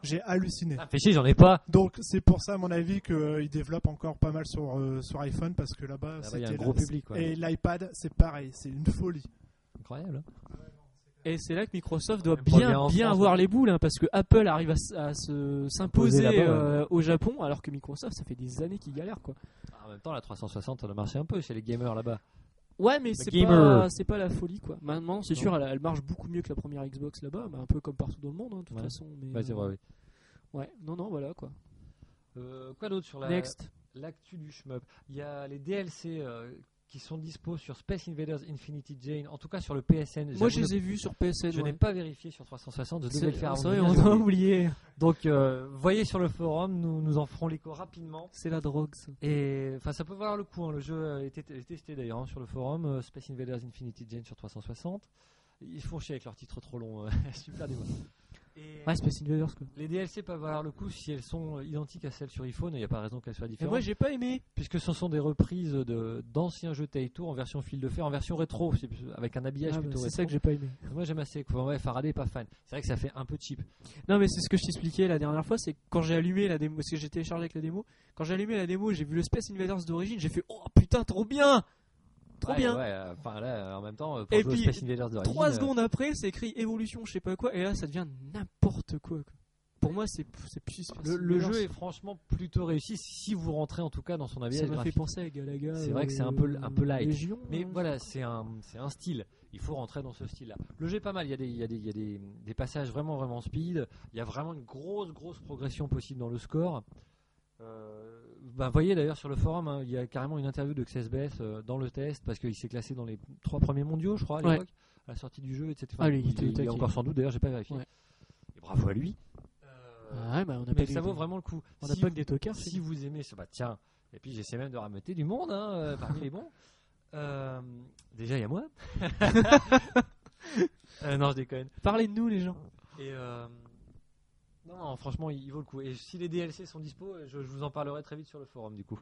C: J'ai halluciné.
B: Ah, fait chier, j'en ai pas.
C: Donc c'est pour ça, à mon avis, qu'ils développent encore pas mal sur, euh, sur iPhone parce que
A: Ah,
C: là-bas,
B: Là-bas,
C: c'était
B: il y a un
C: la-
B: gros public. Quoi.
C: Et l'iPad, c'est pareil, c'est une folie.
B: Incroyable. hein.
A: Et c'est là que Microsoft doit
B: Même pas
A: bien,
B: bien en
A: bien
B: France,
A: avoir
B: hein.
A: les boules, hein, parce que Apple arrive à, s- à se- s'imposer
B: là-bas, ouais.
A: euh, au Japon, alors que Microsoft, ça fait des années qu'ils galèrent, quoi.
B: Ah, en même temps, la 360, elle a marché un peu chez les gamers là-bas.
A: Ouais, mais c'est
B: gamer.
A: pas, c'est pas la folie, quoi. Maintenant, c'est
B: Non.
A: sûr, elle, elle marche beaucoup mieux que la première Xbox là-bas, bah, un peu comme partout dans le monde, hein, de toute
B: Ouais.
A: façon. Mais,
B: Ouais, c'est vrai, oui.
A: euh, ouais, non, non, voilà, quoi.
B: Euh, quoi d'autre sur la
A: Next.
B: l'actu du shmup Il y a les DLC euh, qui sont dispo sur Space Invaders Infinity Jane, en tout cas sur le PSN.
A: Moi,
B: J'avoue
A: je
B: ne-
A: les ai vus sur PSN.
B: je
A: ouais.
B: n'ai pas vérifié sur 360, je devais
A: C'est
B: le faire avant
A: c'est
B: de
A: vrai,
B: venir,
A: on
B: j'ai
A: a
B: oublié.
A: oublié.
B: Donc, euh, voyez sur le forum, nous, nous en ferons l'écho rapidement.
A: C'est la drogue, ça.
B: Et enfin, ça peut valoir le coup. hein. Le jeu a été est testé d'ailleurs hein, sur le forum euh, Space Invaders Infinity Jane sur 360. Ils font chier avec leurs titres trop longs. euh, Super démo. Et
A: Ouais, Space Invaders, quoi.
B: les DLC peuvent valoir le coup si elles sont identiques à celles sur iPhone. Il n'y a pas raison qu'elles soient
A: Et
B: différentes.
A: moi, j'ai pas aimé.
B: Puisque ce sont des reprises de- d'anciens jeux Taito en version fil de fer, en version rétro, c'est plus- avec un habillage
A: Ah, bah,
B: plutôt
A: c'est
B: rétro.
A: ça que j'ai pas aimé.
B: Moi j'aime assez. quoi. Ouais, Faraday est pas fan. C'est vrai que ça fait un peu cheap.
A: Non, mais c'est ce que je t'expliquais la dernière fois, c'est que quand j'ai allumé la démo, parce que j'ai téléchargé avec la démo, quand j'ai allumé la démo, j'ai vu le Space Invaders d'origine, j'ai fait oh putain, trop bien Trop
B: Ouais,
A: bien
B: ouais, euh, enfin là, euh, en même temps, euh, pour
A: Et
B: jouer au
A: puis,
B: Space Invaders de euh,
A: Trois secondes après, c'est écrit évolution, je sais pas quoi, et là ça devient n'importe quoi. quoi. Pour moi, c'est c'est plus Space
B: Le, le
A: Invaders.
B: jeu est franchement plutôt réussi si vous rentrez en tout cas dans son
A: ça
B: habillage
A: m'a fait
B: Ah, graphique.
A: penser à Galaga.
B: C'est vrai que c'est un
A: euh,
B: peu- un peu light.
A: Légion,
B: Mais
A: hein.
B: voilà, c'est un, c'est un style. Il faut rentrer dans ce style-là. Le jeu est pas mal. Il y a des, il y a des, il y a des, des passages vraiment, vraiment speed. Il y a vraiment une grosse, grosse progression possible dans le score. Euh, ben, voyez d'ailleurs sur le forum, hein, il y a carrément une interview de XSBS euh, dans le test parce qu'il s'est classé dans les trois premiers mondiaux, je crois, à
A: Ouais.
B: l'époque, à la sortie du jeu, etc.
A: Ah, lui, il
B: il,
A: était au
B: il est
A: taquet.
B: encore sans doute. D'ailleurs, j'ai pas vérifié.
A: Ouais.
B: Et bravo à lui.
A: Ah ouais, bah, on n'a pas
B: Mais
A: que
B: ça
A: des-
B: vaut vraiment le coup.
A: On n'a
B: Si
A: pas que des tocards.
B: si vous aimez ce bah tiens et puis j'essaie même de rameuter du monde hein, euh, parmi les bons Euh, déjà il y a moi Euh, non je déconne
A: c'est- Parlez de nous, les gens.
B: et euh, non, non, franchement il, il vaut le coup et si les DLC sont dispo euh, je, je vous en parlerai très vite sur le forum du coup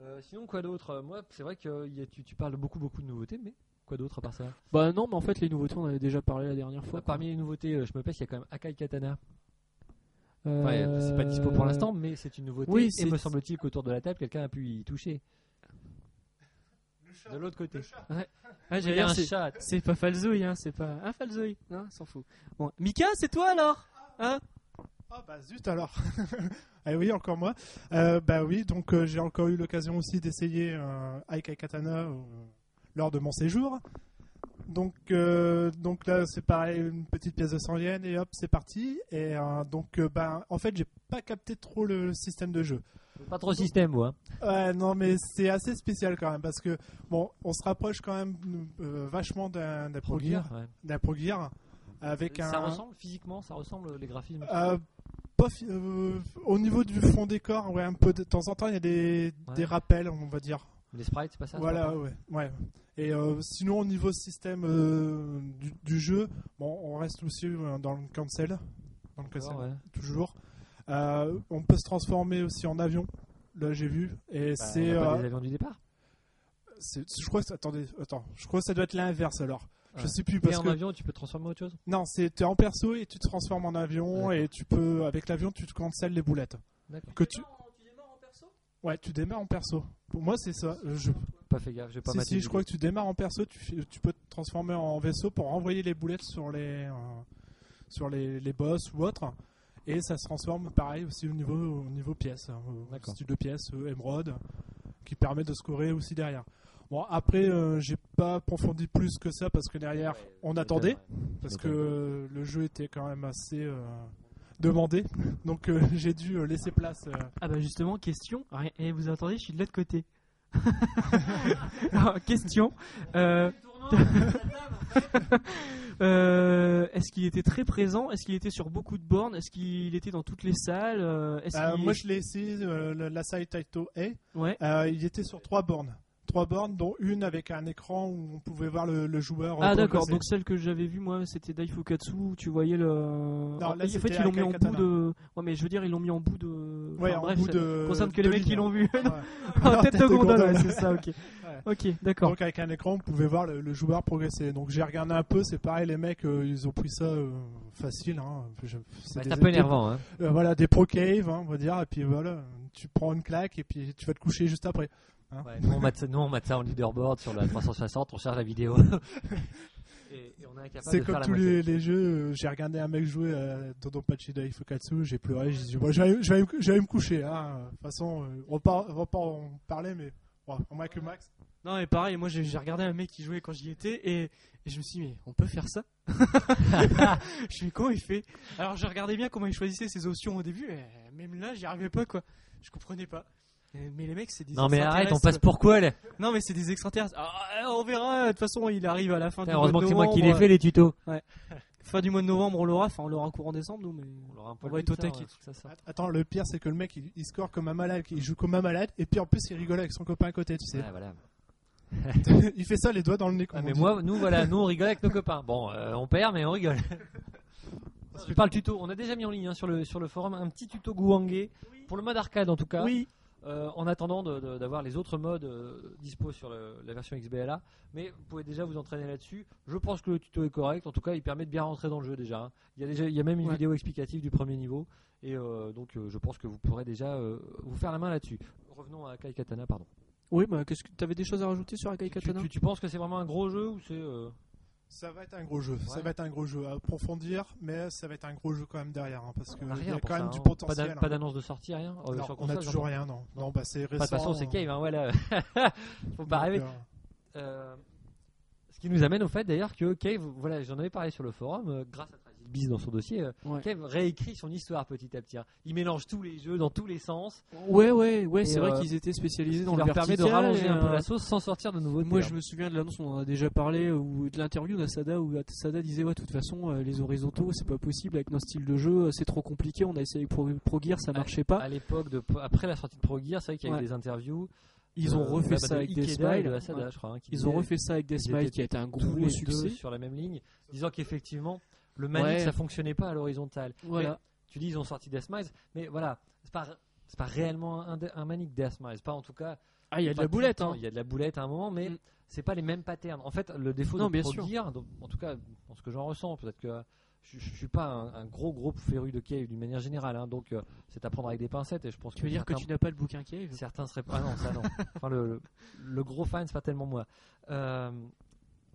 B: Euh, sinon quoi d'autre Euh, moi c'est vrai que euh, il y a- tu, tu parles beaucoup beaucoup de nouveautés mais quoi d'autre à part ça
A: Bah non, mais en fait, les nouveautés, on en avait déjà parlé la dernière fois.
B: Bah, parmi les nouveautés euh, je me pèse il y a quand même Akai Katana
A: quoi.
B: Enfin,
A: Euh,
B: c'est pas dispo pour l'instant mais c'est une nouveauté
A: oui,
B: et
A: c'est-
B: me semble-t-il qu'autour de la table quelqu'un a pu y toucher de l'autre côté
A: Ah,
B: Il
A: j'allais
B: y a
A: dire,
B: un
A: c'est-
B: chat.
A: C'est pas Falzouille, hein, c'est pas. Ah, Falzouille, non, s'en fout. Bon, Mika, c'est toi alors Hein
C: Ah bah zut alors Ah oui, encore moi. Euh, bah oui, donc euh, j'ai encore eu l'occasion aussi d'essayer un Aikai Katana euh, lors de mon séjour. Donc, euh, donc là, c'est pareil, une petite pièce de 100 yens et hop, c'est parti. Et euh, donc, euh, bah, en fait, j'ai pas capté trop le système de jeu.
B: Pas trop système, moi. hein,
C: Ouais, non, mais c'est assez spécial quand même parce que, bon, on se rapproche quand même euh, vachement d'un d'un Pro Gear. D'un Pro Gear avec
B: Ça
C: un.
B: ressemble physiquement, ça ressemble les graphismes.
C: Euh, pas fi- euh, au niveau du fond des corps, ouais, un peu de temps en temps, il y a des,
B: Ouais.
C: des rappels, on va dire.
B: Les sprites, c'est pas ça
C: voilà, ouais, ouais. Et euh, sinon, au niveau système euh, du, du jeu, bon, on reste aussi euh, dans le cancel, dans le
B: c'est pas ça
C: cancel
B: Ouais.
C: toujours. Euh, on peut se transformer aussi en avion. Là, j'ai vu, et
B: Bah,
C: c'est,
B: on a pas
C: euh,
B: des avions du départ.
C: c'est- je crois, que, attendez, attends, je crois que ça doit être l'inverse alors. Je
B: Ouais.
C: sais plus
B: Et
C: parce
B: en
C: que
B: avion, tu peux te transformer en autre chose
C: non, c'est t'es en perso et tu te transformes en avion
B: D'accord.
C: et tu peux avec l'avion tu te cancel les boulettes.
B: D'accord.
C: que tu... Ouais, tu démarres en perso. Pour moi, c'est ça. Je...
B: Pas fait gaffe, j'ai pas
C: Si,
B: maté.
C: si,
B: du
C: je
B: tout.
C: crois que tu démarres en perso, tu, fais- tu peux te transformer en vaisseau pour envoyer les boulettes sur les, euh, sur les, les boss ou autres. Et ça se transforme pareil aussi au niveau, au niveau pièce. hein, au
B: D'accord.
C: style de pièce, euh, émeraude, qui permet de scorer aussi derrière. Bon, après, euh, j'ai pas approfondi plus que ça parce que derrière,
B: Ouais,
C: on
B: tu
C: attendait
B: m'étonnes, ouais.
C: parce
B: Tu
C: que
B: m'étonnes.
C: euh, le jeu était quand même assez euh, demandé. Donc euh, j'ai dû euh, laisser place. euh,
A: Ah bah justement, question. Rien- Eh, vous entendez, je suis de l'autre côté. Alors, question. euh, euh, Est-ce qu'il était très présent Est-ce qu'il était sur beaucoup de bornes Est-ce qu'il était dans toutes les salles Euh, Est-ce
B: Bah,
C: Euh,
A: qu'il-
C: moi, je l'ai essayé, euh, le- la Taito A.
A: Ouais.
C: Euh, il était sur trois bornes. trois bornes, dont une avec un écran où on pouvait voir le, le joueur.
A: Ah
C: euh,
A: d'accord,
C: progresser.
A: donc celle que j'avais vue moi c'était Daifukatsu où tu voyais le. Ah,
C: là,
A: en
C: c'était
A: fait ils l'ont mis en bout
C: Akatana.
A: de. Ouais mais je veux dire ils l'ont mis en bout de.
C: Ouais,
A: Enfin,
C: en
A: bref,
C: bout
A: ça
C: de-
A: concerne que
C: de
A: les mecs qui
C: ligne.
A: l'ont vu.
C: Ouais.
A: Non, Ah, tête de gondole, ouais,
C: gondole.
A: c'est ça, ok. Ok, d'accord.
C: Donc avec un écran, on pouvait voir le, le joueur progresser. Donc j'ai regardé un peu, c'est pareil, les mecs, euh, ils ont pris ça euh, facile. Hein. Je- c'est
B: Bah,
C: des-
B: C'est un peu
C: des-
B: énervant. Hein.
C: euh, voilà, des pro cave, hein, on va dire. Et puis voilà, tu prends une claque et puis tu vas te coucher juste après. hein.
B: Ouais, nous, on mate ça, nous, on mate ça en leaderboard sur la 360, on charge la vidéo. et, et on est incapable
C: C'est
B: de faire
C: comme
B: la
C: tous
B: moitié.
C: les, les jeux. euh, J'ai regardé un mec jouer euh, à Dodonpachi Daifukatsu, j'ai pleuré, j'ai dit bon, je vais aller- je vais aller me- je vais aller me coucher. hein. De toute façon, euh, on va pas, on va pas en parler, mais bon, au moins que Max.
A: Non, et pareil, moi j'ai j'ai regardé un mec qui jouait quand j'y étais et, et je me suis dit, mais on peut faire ça Je suis comment il fait Alors je regardais bien comment il choisissait ses options au début, et même là j'y arrivais pas quoi. Je comprenais pas. Euh, Mais les mecs, c'est des
B: Non mais arrête, on
A: extraterrestres,
B: passe pour quoi là
A: quoi. Non, mais c'est des extraterrestres. Ah, on verra, de toute façon, il arrive à la fin du mois de
B: Heureusement que c'est moi qui
A: novembre. euh,
B: l'ai fait
C: euh,
B: les tutos.
A: Fin du mois de novembre, on l'aura, enfin on l'aura courant décembre, nous, mais. On va être au taquet.
C: Attends, le pire, c'est que le mec, il, il score comme un malade, il joue comme un malade, et puis en plus, il rigole avec son copain à côté, tu sais.
B: Ah, voilà.
C: il fait ça les doigts dans le nez. comme
B: Ah,
C: on
B: mais
C: dit.
B: moi, nous, voilà, nous on rigole avec nos copains. Bon, euh, on perd, mais on rigole. Tu parles tuto. On a déjà mis en ligne hein, sur, le, sur le forum un petit tuto Gouangé pour le mode arcade en tout cas.
A: Ah Oui,
B: Euh, en attendant de- de- d'avoir les autres modes euh, dispo sur le- la version XBLA. Mais vous pouvez déjà vous entraîner là-dessus. Je pense que le tuto est correct. En tout cas, il permet de bien rentrer dans le jeu déjà. hein. Il y a, déjà, il y a même une
A: Ouais.
B: vidéo explicative du premier niveau. Et euh, donc, euh, je pense que vous pourrez déjà euh, vous faire la main là-dessus. Revenons à Kai Katana, pardon.
A: oui, bah qu'est-ce que t'avais des choses à rajouter sur Akai
B: Tu,
A: Katana
B: tu- tu penses que c'est vraiment un gros jeu ou c'est. euh,
C: Ça va être un gros jeu. Ça
B: Ouais.
C: va être un gros jeu à approfondir, mais ça va être un gros jeu quand même derrière, hein, parce que
B: on
C: il
B: a
C: y
B: rien
C: a
B: pour
C: quand
B: ça,
C: même
B: hein.
C: du
B: Pas
C: potentiel.
B: d'an-
C: hein.
B: Pas d'annonce de sortie, rien. Euh,
C: Non,
B: sur
C: on a
B: console,
C: toujours
B: j'entends.
C: rien, non. Non, bah c'est
B: Enfin,
C: récent.
B: De toute façon, c'est Eh, Cave, hein, voilà. Faut pas
C: Donc,
B: rêver.
C: euh,
B: Euh, ce qui nous amène au fait d'ailleurs que Cave, voilà, j'en avais parlé sur le forum, euh, grâce à Tragic Beast dans son dossier, euh,
A: Ouais.
B: Cave réécrit son histoire petit à petit. hein. Il mélange tous les jeux dans tous les sens,
A: Ouais, ouais, ouais,
B: Et,
A: c'est vrai
B: euh,
A: qu'ils étaient spécialisés
B: ce
A: dans
B: qui
A: le
B: leur permet de
A: vertical
B: rallonger
A: et,
B: un peu
A: euh,
B: la sauce sans sortir de hein. nouveaux
A: Moi,
B: termes.
A: je me souviens de l'annonce, on en a déjà parlé, euh, ou de l'interview d'Asada, où Asada disait Ouais, de toute façon, euh, les horizontaux, c'est pas possible avec nos styles de jeu, euh, c'est trop compliqué, on a essayé avec Pro, Pro Gear, ça
B: Ouais.
A: marchait pas.
B: À l'époque, de, après la sortie de Pro Gear, c'est vrai qu'il y a eu
A: Ouais.
B: des interviews.
A: Ils ont
B: euh,
A: refait
B: bah,
A: ça
B: de
A: avec des
B: Ikeda et de
A: smiles.
B: Asada,
A: Ouais.
B: je crois, hein, qui
A: Ils ont
B: disaient
A: refait ça avec des smiles
B: étaient
A: qui a été un
B: tous
A: gros
B: les deux
A: succès.
B: sur la même ligne, disant qu'effectivement, le manic
A: Ouais.
B: ça fonctionnait pas à l'horizontale.
A: Voilà.
B: tu dis ils ont sorti Death Miles, mais voilà, c'est pas, c'est pas réellement un, un manic Death Miles, pas en tout cas.
A: Ah, il y a de
B: pas
A: la
B: tout le
A: boulette,
B: temps.
A: hein.
B: Il y a de la boulette à un moment, mais
A: Mm.
B: c'est pas les mêmes patterns. En fait, le défaut
A: Non,
B: de
A: bien
B: Pro
A: sûr.
B: Gear, donc, en tout cas, dans ce que j'en ressens, peut-être que je, je suis pas un, un gros gros féru de Cave d'une manière générale, hein, donc euh, c'est à prendre avec des pincettes. Et je pense
A: Tu veux dire que
B: certains-
A: tu n'as pas le bouquin qui arrive
B: Certains seraient pas. Ah non, ça non. Enfin, le, le, le gros fan, c'est pas tellement moi. Euh,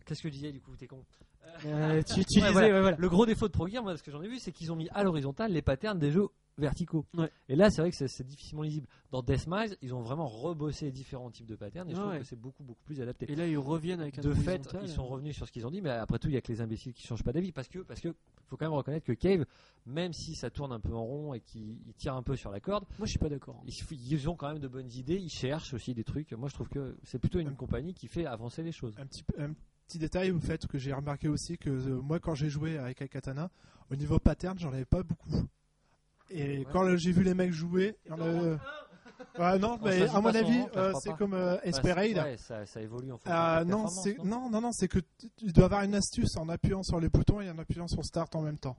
B: Qu'est-ce que je disais du coup T'es con.
A: Euh, Tu tu
B: Ouais,
A: disais,
B: voilà.
A: ouais, voilà.
B: Le gros défaut de ProGear, moi, ce que j'en ai vu, c'est qu'ils ont mis à l'horizontale les patterns des jeux verticaux.
A: Ouais.
B: Et là, c'est vrai que c'est- c'est difficilement lisible. Dans Deathmise, ils ont vraiment rebossé différents types de patterns et je
A: Ah
B: trouve
A: ouais.
B: que c'est beaucoup, beaucoup plus adapté.
A: Et là, ils reviennent avec un
B: de fait,
A: horizontal.
B: ils sont revenus sur ce qu'ils ont dit, mais après tout, il y a que les imbéciles qui changent pas d'avis parce que, parce que, faut quand même reconnaître que Cave, même si ça tourne un peu en rond et qu'ils ils tirent un peu sur la corde,
A: Moi, je suis pas d'accord.
B: ils, f- ils ont quand même de bonnes idées. Ils cherchent aussi des trucs. Moi, je trouve que c'est plutôt une
C: Hum.
B: compagnie qui fait avancer les choses.
C: un petit, un petit détail au fait que j'ai remarqué aussi que euh, moi quand j'ai joué avec Akatana, au niveau pattern j'en avais pas beaucoup. Et
B: Ouais.
C: quand euh, j'ai vu les mecs jouer, j'en avais- Ouais, euh, Ah, non,
B: On
C: mais
B: choisit
C: à mon
B: pas son
C: avis,
B: rang, ça, je
C: euh,
B: crois
C: c'est
B: pas.
C: comme euh, Esperade.
B: Ouais, ça, ça évolue en fonction
C: Euh,
B: des
C: non,
B: performances,
C: c'est
B: non
C: non, non, non, c'est que tu- tu dois avoir une astuce en appuyant sur les boutons et en appuyant sur Start en même temps.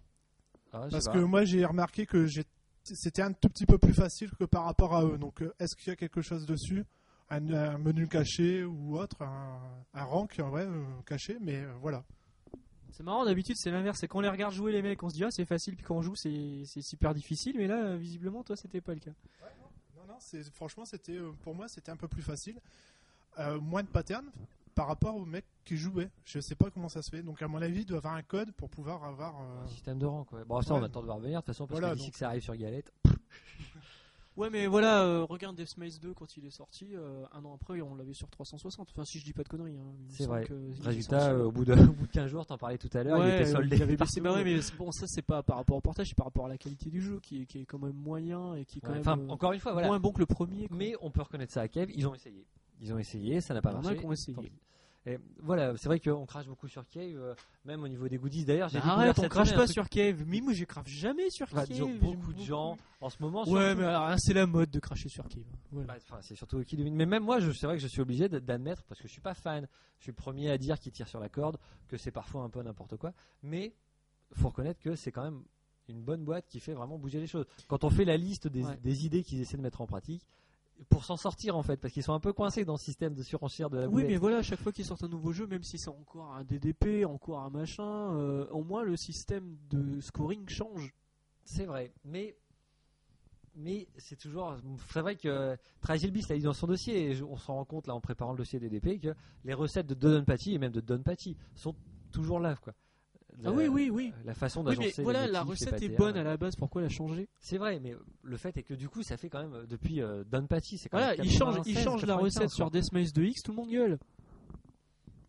B: Ah, je sais
C: Parce
B: pas.
C: que moi j'ai remarqué que j'ai- c'était un tout petit peu plus facile que par rapport à eux. Donc euh, est-ce qu'il y a quelque chose dessus un, un menu caché ou autre, un, un rank ouais, euh, caché, mais euh, voilà.
A: C'est marrant, d'habitude, c'est l'inverse. C'est qu'on les regarde jouer, les mecs, on se dit, ah, c'est facile, puis quand on joue, c'est c'est super difficile, mais là, euh, visiblement, toi, c'était pas le cas.
C: Non, non, c'est- franchement, c'était euh, pour moi, c'était un peu plus facile. Euh, moins de patterns par rapport aux mecs qui jouaient. Je sais pas comment ça se fait. Donc, à mon avis, il doit avoir un code pour pouvoir avoir. euh,
B: Un système de rang quoi. Bon ça on
C: Ouais.
B: attend de voir venir de toute façon parce
C: Voilà,
B: que d'ici
C: donc.
B: que ça arrive sur galette.
A: Ouais, mais voilà, euh, regarde Death Maze 2 quand il est sorti, euh, un an après, on l'avait sur 360. Enfin, si je dis pas de conneries. hein, il me
B: C'est
A: semble
B: vrai.
A: que- il est
B: Résultat
A: sorti.
B: euh, au bout de au bout de 15 jours t'en parlais tout à l'heure il
A: Ouais,
B: était soldé.
A: avait
B: partout.
A: baissé. Bah ouais, mais c'est- bon, ça c'est pas par rapport au portage, c'est par rapport à la qualité du jeu qui est, qui est quand même moyen et qui est quand
B: Ouais,
A: même
B: Enfin
A: euh,
B: encore une fois voilà.
A: moins bon que le premier. quoi.
B: Mais on peut reconnaître ça à Kev ils ont essayé ils ont essayé ça n'a
A: il
B: pas
A: y en a
B: marché.
A: qui ont essayé.
B: Tant pis. Et voilà, c'est vrai qu'on crache beaucoup sur Cave, euh, même au niveau des goodies. D'ailleurs, j'ai
A: Bah,
B: découvert
A: arrête, on
B: cette
A: crache
B: semaine un
A: pas
B: truc-
A: sur Cave. Mais moi, je crache jamais sur
B: Bah,
A: Cave.
B: disons,
A: j'aime
B: beaucoup de gens en ce moment.
A: Ouais,
B: surtout-
A: mais alors, hein, c'est la mode de cracher sur Cave. Voilà.
B: Bah, enfin, c'est surtout qui domine. Mais même moi, je- c'est vrai que je suis obligé d- d'admettre, parce que je suis pas fan, je suis le premier à dire qu'il tire sur la corde, que c'est parfois un peu n'importe quoi, mais faut reconnaître que c'est quand même une bonne boîte qui fait vraiment bouger les choses. Quand on fait la liste des,
A: Ouais.
B: des idées qu'ils essaient de mettre en pratique, pour s'en sortir en fait, parce qu'ils sont un peu coincés dans ce système de surenchère de la
A: Oui,
B: boulette.
A: mais voilà, à chaque fois qu'ils sortent un nouveau jeu, même si c'est encore un DDP, encore un machin, euh, au moins le système de scoring change.
B: C'est vrai, mais mais c'est toujours. C'est vrai que Travis Beast a dit dans son dossier, et je- on s'en rend compte là en préparant le dossier DDP, que les recettes de Don Patty et même de Don Patty sont toujours là, quoi. La-
A: Ah oui, oui, oui.
B: La façon
A: Oui,
B: d'agencer.
A: mais
B: les
A: voilà,
B: motifs,
A: la
B: les
A: recette est
B: patterns.
A: bonne à la base, pourquoi la changer
B: C'est vrai, mais le fait est que du coup, ça fait quand même euh, depuis euh, Don Patty, c'est quand
A: Voilà,
B: même
A: ils changent, ils
B: 96,
A: changent la
B: 95,
A: recette
B: quoi.
A: sur Death Maze 2X, tout le monde gueule.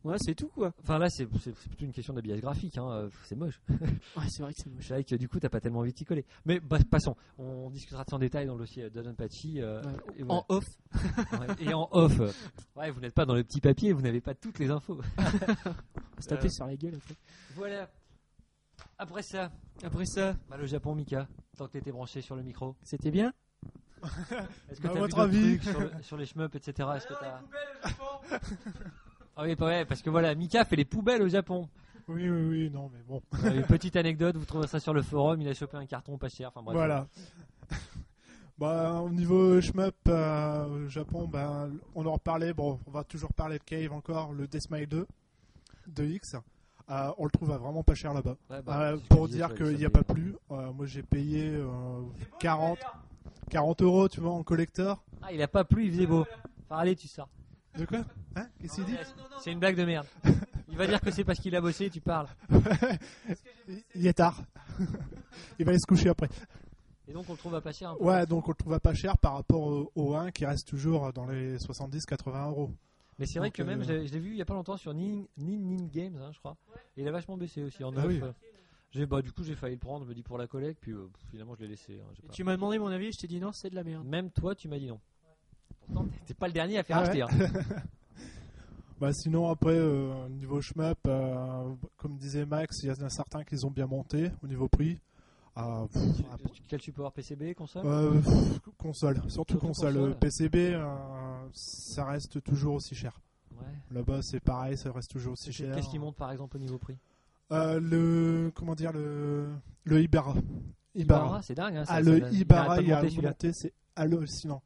A: Voilà, c'est tout quoi.
B: Enfin là, c'est c'est- c'est plutôt une question d'habillage graphique, hein, euh, c'est moche.
A: Ouais, c'est vrai que c'est moche.
B: Je savais que du coup, t'as pas tellement envie de t'y coller. Mais bah, passons, on discutera de ça en détail dans le dossier de Don Patty. euh,
A: Ouais.
B: et voilà.
A: En off,
B: Ouais, et en off. euh, Ouais, vous n'êtes pas dans le petit papier, vous n'avez pas toutes les infos.
A: on se taper
B: Euh.
A: sur la gueule après.
B: Voilà. Après ça,
A: Après ça,
B: bah, le Japon, Mika, tant que t'étais branché sur le micro.
A: c'était bien
B: Est-ce que
C: Bah,
B: t'as vu
C: votre
B: d'autres
C: avis
B: trucs sur, le- sur les shmups, etc. Est-ce que t'as- Ah oui, bah ouais, parce que voilà, Mika fait les poubelles au Japon.
C: Oui, oui, oui, non, mais bon.
B: Euh, une petite anecdote, vous trouverez ça sur le forum, il a chopé un carton pas cher, enfin bref.
C: Voilà. bah, au niveau shmup euh, au Japon, bah, on en reparlait. Bon, on va toujours parler de Cave encore, le Death Smile 2 de X. Euh, on le trouve à vraiment pas cher là-bas.
B: Ouais, bah,
C: Euh,
B: c'est ce que
C: pour
B: je disais
C: dire
B: sur les
C: qu'il n'y a
B: sommets,
C: pas plus. euh, moi, j'ai payé euh, 40, 40 euros, tu vois, en collector.
B: hein. Ah, il a pas plu, il faisait beau. Enfin, allez, tu sors.
C: De quoi Hein Qu'est-ce qu'il dit
B: C'est une blague de merde. Il va dire que c'est parce qu'il a bossé, tu parles.
C: Il est tard. Il va aller se coucher après.
B: Et donc on le trouve à pas cher. un peu.
C: Ouais, donc on le trouve à pas cher par rapport au, au 1 qui reste toujours dans les 70-80 euros.
B: Mais c'est vrai
C: Donc,
B: que même,
C: euh,
B: je l'ai- je l'ai vu il y a pas longtemps sur Nin, Nin, Nin Games, hein, je crois. Et il a vachement baissé aussi en
C: Ah
B: off.
C: oui.
B: J'ai bah, du coup j'ai failli le prendre, je me dis pour la collecte, puis euh, pff, finalement je l'ai laissé. hein, j'ai
A: Et
B: pas-
A: tu m'as demandé mon avis, je t'ai dit non, c'est de la merde.
B: Même toi tu m'as dit non. Pourtant t'es- t'es pas le dernier à faire
C: Ah
B: acheter.
C: ouais.
B: hein.
C: Bah sinon après euh, niveau shmup, euh, comme disait Max, il y en a certains qui les ont bien monté au niveau prix. Euh, pff,
B: hein. Tu- tu- Quel support PCB console
C: euh, pff, console, surtout
B: Surtout
C: console.
B: console.
C: Euh, PCB, euh, ça reste toujours aussi cher.
B: Ouais.
C: Là-bas c'est pareil, ça reste toujours aussi cher.
B: Qu'est-ce qui monte par exemple au niveau prix
C: Euh, Le comment dire le le Ibara. Ibara.
B: Ibarra, c'est dingue. Hein, ça-
C: Ah,
B: ça-
C: le
B: il arrête
C: Ibarra,
B: pas de
C: il a
B: monter, celui-là.
C: augmenté, c'est hallucinant.